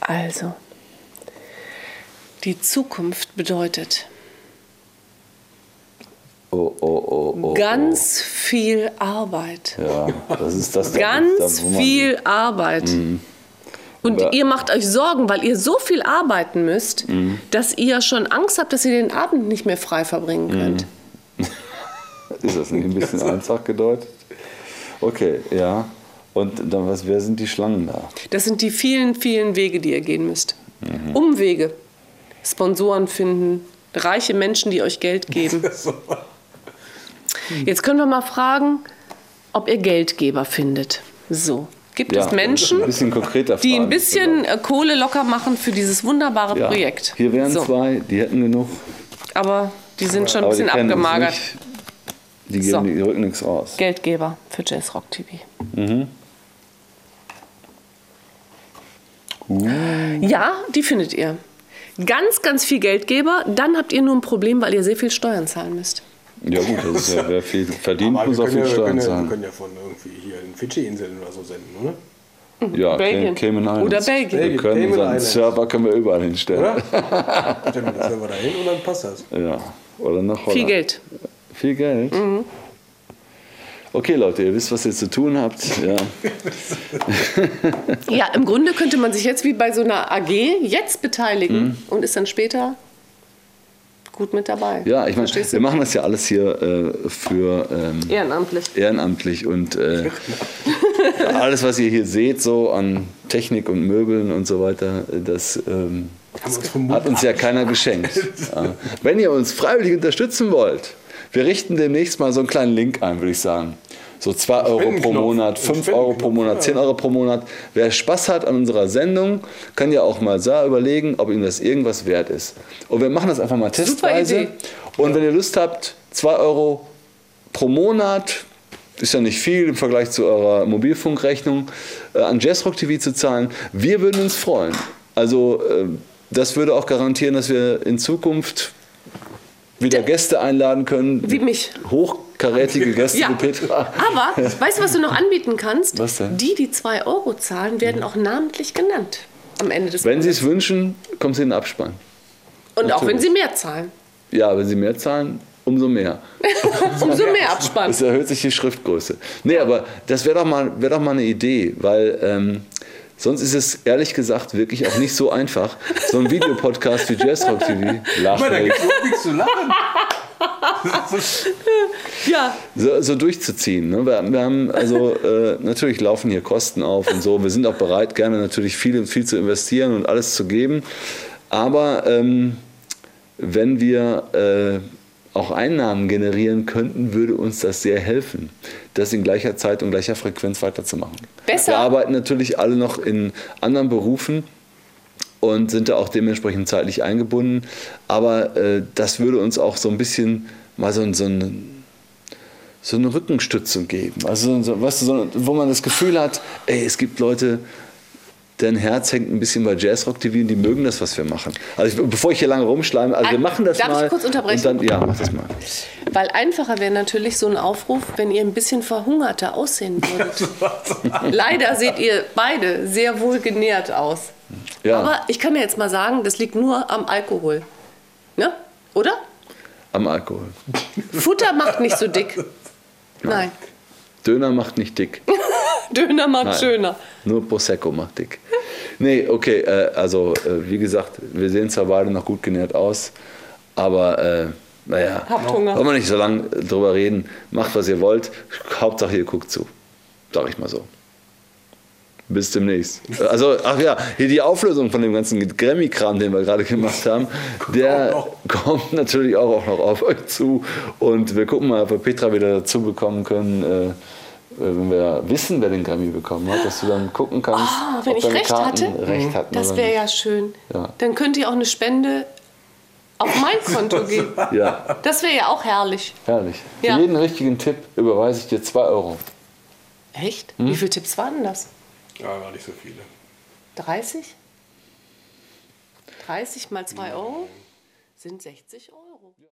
[SPEAKER 3] Also, die Zukunft bedeutet
[SPEAKER 1] Oh, oh, oh, oh.
[SPEAKER 3] ganz viel Arbeit.
[SPEAKER 1] Oh. Ja, das ist das.
[SPEAKER 3] Ganz
[SPEAKER 1] da, wo man- Mhm.
[SPEAKER 3] viel Arbeit. Und
[SPEAKER 1] Aber-
[SPEAKER 3] ihr macht euch Sorgen, weil ihr so viel arbeiten müsst,
[SPEAKER 1] Mhm.
[SPEAKER 3] dass ihr schon Angst habt, dass ihr den Abend nicht mehr frei verbringen
[SPEAKER 1] Mhm.
[SPEAKER 3] könnt.
[SPEAKER 1] Ist das nicht ein
[SPEAKER 3] *laughs*
[SPEAKER 1] bisschen einfach gedeutet? Okay, ja. Und dann, was, wer sind die Schlangen da?
[SPEAKER 3] Das sind die vielen, vielen Wege, die ihr gehen müsst.
[SPEAKER 1] Mhm.
[SPEAKER 3] Umwege. Sponsoren finden, reiche Menschen, die euch
[SPEAKER 1] *laughs*
[SPEAKER 3] Geld geben. Jetzt können wir mal fragen, ob ihr Geldgeber findet. So. Gibt es Menschen,
[SPEAKER 1] Ein bisschen konkreter
[SPEAKER 3] die ein
[SPEAKER 1] fragen,
[SPEAKER 3] bisschen äh, Kohle locker machen für dieses wunderbare
[SPEAKER 1] genau.
[SPEAKER 3] Projekt?
[SPEAKER 1] Hier wären
[SPEAKER 3] so.
[SPEAKER 1] zwei, die hätten genug.
[SPEAKER 3] Aber die sind schon ein
[SPEAKER 1] aber die
[SPEAKER 3] bisschen
[SPEAKER 1] kennen uns
[SPEAKER 3] abgemagert.
[SPEAKER 1] nicht. Die
[SPEAKER 3] So.
[SPEAKER 1] geben die rücken nichts raus.
[SPEAKER 3] Geldgeber für Jazzrock TV.
[SPEAKER 1] Mhm. Uh.
[SPEAKER 3] Ja, die findet ihr. Ganz, ganz viel Geldgeber. Dann habt ihr nur ein Problem, weil ihr sehr viel Steuern zahlen müsst.
[SPEAKER 1] Ja gut, das ist ja, wer viel verdient,
[SPEAKER 2] Aber
[SPEAKER 1] muss
[SPEAKER 2] wir
[SPEAKER 1] auch
[SPEAKER 2] können,
[SPEAKER 1] viel
[SPEAKER 2] ja, wir,
[SPEAKER 1] Steuern
[SPEAKER 2] können ja, wir
[SPEAKER 1] zahlen.
[SPEAKER 2] können ja von irgendwie hier in Fidschi-Inseln oder so senden, oder?
[SPEAKER 1] Ja,
[SPEAKER 3] Belgien.
[SPEAKER 1] Cayman Islands.
[SPEAKER 3] Oder Belgien.
[SPEAKER 1] Wir können
[SPEAKER 2] Cayman
[SPEAKER 1] unseren
[SPEAKER 2] Islands.
[SPEAKER 1] Server können wir überall hinstellen.
[SPEAKER 2] Oder? Stellen wir das selber dahin und dann passt das.
[SPEAKER 1] Ja. Oder nach Holland.
[SPEAKER 3] Mhm. Viel Geld.
[SPEAKER 1] Viel Geld. Okay, Leute, ihr wisst, was ihr zu tun habt. Ja.
[SPEAKER 3] Ja, im Grunde könnte man sich jetzt wie bei so einer AG jetzt beteiligen
[SPEAKER 1] Mhm.
[SPEAKER 3] und ist dann später gut mit dabei.
[SPEAKER 1] Ja, ich meine,
[SPEAKER 3] Verstehst
[SPEAKER 1] wir machen das ja alles hier äh, für ähm,
[SPEAKER 3] du? Ehrenamtlich.
[SPEAKER 1] ehrenamtlich und äh, *laughs* alles, was ihr hier seht, so an Technik und Möbeln und so weiter, das ähm,
[SPEAKER 2] Haben wir uns vom
[SPEAKER 1] hat
[SPEAKER 2] Mund
[SPEAKER 1] uns ja keiner
[SPEAKER 2] *laughs*
[SPEAKER 1] geschenkt. Ja. Wenn ihr uns freiwillig unterstützen wollt, wir richten demnächst mal so einen kleinen Link ein, würde ich sagen. So 2 Euro pro
[SPEAKER 2] Spendenknopf.
[SPEAKER 1] Monat,
[SPEAKER 2] Ein
[SPEAKER 1] 5 Euro pro
[SPEAKER 2] Spendenknopf,
[SPEAKER 1] Monat,
[SPEAKER 2] ja.
[SPEAKER 1] 10 Euro pro Monat. Wer Spaß hat an unserer Sendung, kann ja auch mal da überlegen, ob ihm das irgendwas wert ist. Und wir machen das einfach mal testweise.
[SPEAKER 3] Idee.
[SPEAKER 1] Und wenn ihr Lust habt, 2 Euro pro Monat, ist ja nicht viel im Vergleich zu eurer Mobilfunkrechnung, äh, an Jazzrock TV zu zahlen. Wir würden uns freuen. Also äh, das würde auch garantieren, dass wir in Zukunft wieder Gäste einladen können.
[SPEAKER 3] Wie mich.
[SPEAKER 1] Hochkarätige Gäste
[SPEAKER 3] Ja.
[SPEAKER 1] wie Petra.
[SPEAKER 3] Aber weißt du, was du noch anbieten kannst?
[SPEAKER 1] Was denn? Mhm.
[SPEAKER 3] Die, die 2 Euro zahlen, werden auch namentlich genannt am Ende des
[SPEAKER 1] Wenn sie es wünschen, kommt sie in den Abspann.
[SPEAKER 3] Und auch wenn
[SPEAKER 1] natürlich.
[SPEAKER 3] sie mehr zahlen. *laughs*
[SPEAKER 1] Ja, wenn sie mehr zahlen, umso mehr.
[SPEAKER 3] Umso mehr Abspann.
[SPEAKER 1] Es erhöht sich die Schriftgröße. Nee, aber das wäre doch, mal- wär doch mal eine Idee, weil ähm, sonst ist es ehrlich gesagt wirklich auch nicht so einfach, so ein Videopodcast wie Jazzrock TV. Lach
[SPEAKER 2] Guck mal, da
[SPEAKER 1] nicht.
[SPEAKER 2] gibt es überhaupt nichts zu lachen. *laughs* Das ist-
[SPEAKER 3] Ja,
[SPEAKER 1] so, so durchzuziehen. Ne? Wir, wir haben also äh, natürlich laufen hier Kosten auf und so. Wir sind auch bereit, gerne natürlich viel, viel zu investieren und alles zu geben. Aber ähm, wenn wir äh, auch Einnahmen generieren könnten, würde uns das sehr helfen, das in gleicher Zeit und gleicher Frequenz weiterzumachen.
[SPEAKER 3] Besser.
[SPEAKER 1] Wir arbeiten natürlich alle noch in anderen Berufen und sind da auch dementsprechend zeitlich eingebunden. Aber äh, das würde uns auch so ein bisschen mal so, ein- so ein so eine Rückenstützung geben. Also, so, weißt du, so, wo man das Gefühl hat, ey, es gibt Leute, deren Herz hängt ein bisschen bei Jazzrock TV und die mögen das, was wir machen. Also, ich, bevor ich hier lange rumschleime, also wir
[SPEAKER 3] Ah,
[SPEAKER 1] machen das
[SPEAKER 3] darf ich
[SPEAKER 1] mal.
[SPEAKER 3] kurz unterbrechen?
[SPEAKER 1] Und dann, ja, mach das mal.
[SPEAKER 3] weil einfacher wäre natürlich so ein Aufruf, wenn ihr ein bisschen verhungerter aussehen
[SPEAKER 1] *laughs*
[SPEAKER 3] würdet. Leider seht ihr beide sehr wohl genährt aus.
[SPEAKER 1] Ja,
[SPEAKER 3] Aber ich kann ja jetzt mal sagen, das liegt nur am Alkohol. Ne? Oder?
[SPEAKER 1] am Alkohol.
[SPEAKER 3] Futter macht nicht so dick. Nein.
[SPEAKER 1] Döner macht nicht dick.
[SPEAKER 3] Döner macht
[SPEAKER 1] Nein.
[SPEAKER 3] schöner.
[SPEAKER 1] Nur Prosecco macht dick. Nee, okay, äh, also äh, wie gesagt, wir sehen zwar beide noch gut genährt aus, aber äh, naja,
[SPEAKER 3] Habt Hunger.
[SPEAKER 1] wollen wir nicht so lange drüber reden. Macht, was ihr wollt. Hauptsache, ihr guckt zu. Sag ich mal so. Bis demnächst. Also, ach ja, hier die Auflösung von dem ganzen Grammy-Kram, den wir gerade gemacht haben, der kommt natürlich auch noch auf euch zu. Und wir gucken mal, ob wir Petra wieder dazu bekommen können, äh, äh, wenn wir wissen, wer den Grammy bekommen hat, dass du dann gucken kannst,
[SPEAKER 3] Ah, wenn ich
[SPEAKER 1] deine
[SPEAKER 3] recht hatte?
[SPEAKER 1] recht hatten
[SPEAKER 3] Das
[SPEAKER 1] oder
[SPEAKER 3] wäre
[SPEAKER 1] nicht.
[SPEAKER 3] ja schön.
[SPEAKER 1] Ja.
[SPEAKER 3] Dann könnt ihr auch eine Spende auf mein Konto geben.
[SPEAKER 1] Ja,
[SPEAKER 3] *laughs* Das wäre ja auch herrlich.
[SPEAKER 1] herrlich.
[SPEAKER 3] Ja.
[SPEAKER 1] Für jeden richtigen Tipp überweise ich dir 2 Euro.
[SPEAKER 3] Echt? Wie viele Tipps waren das?
[SPEAKER 2] *laughs* Ja, gar nicht so viele.
[SPEAKER 3] 30? 30 mal 2 Euro sind 60 Euro.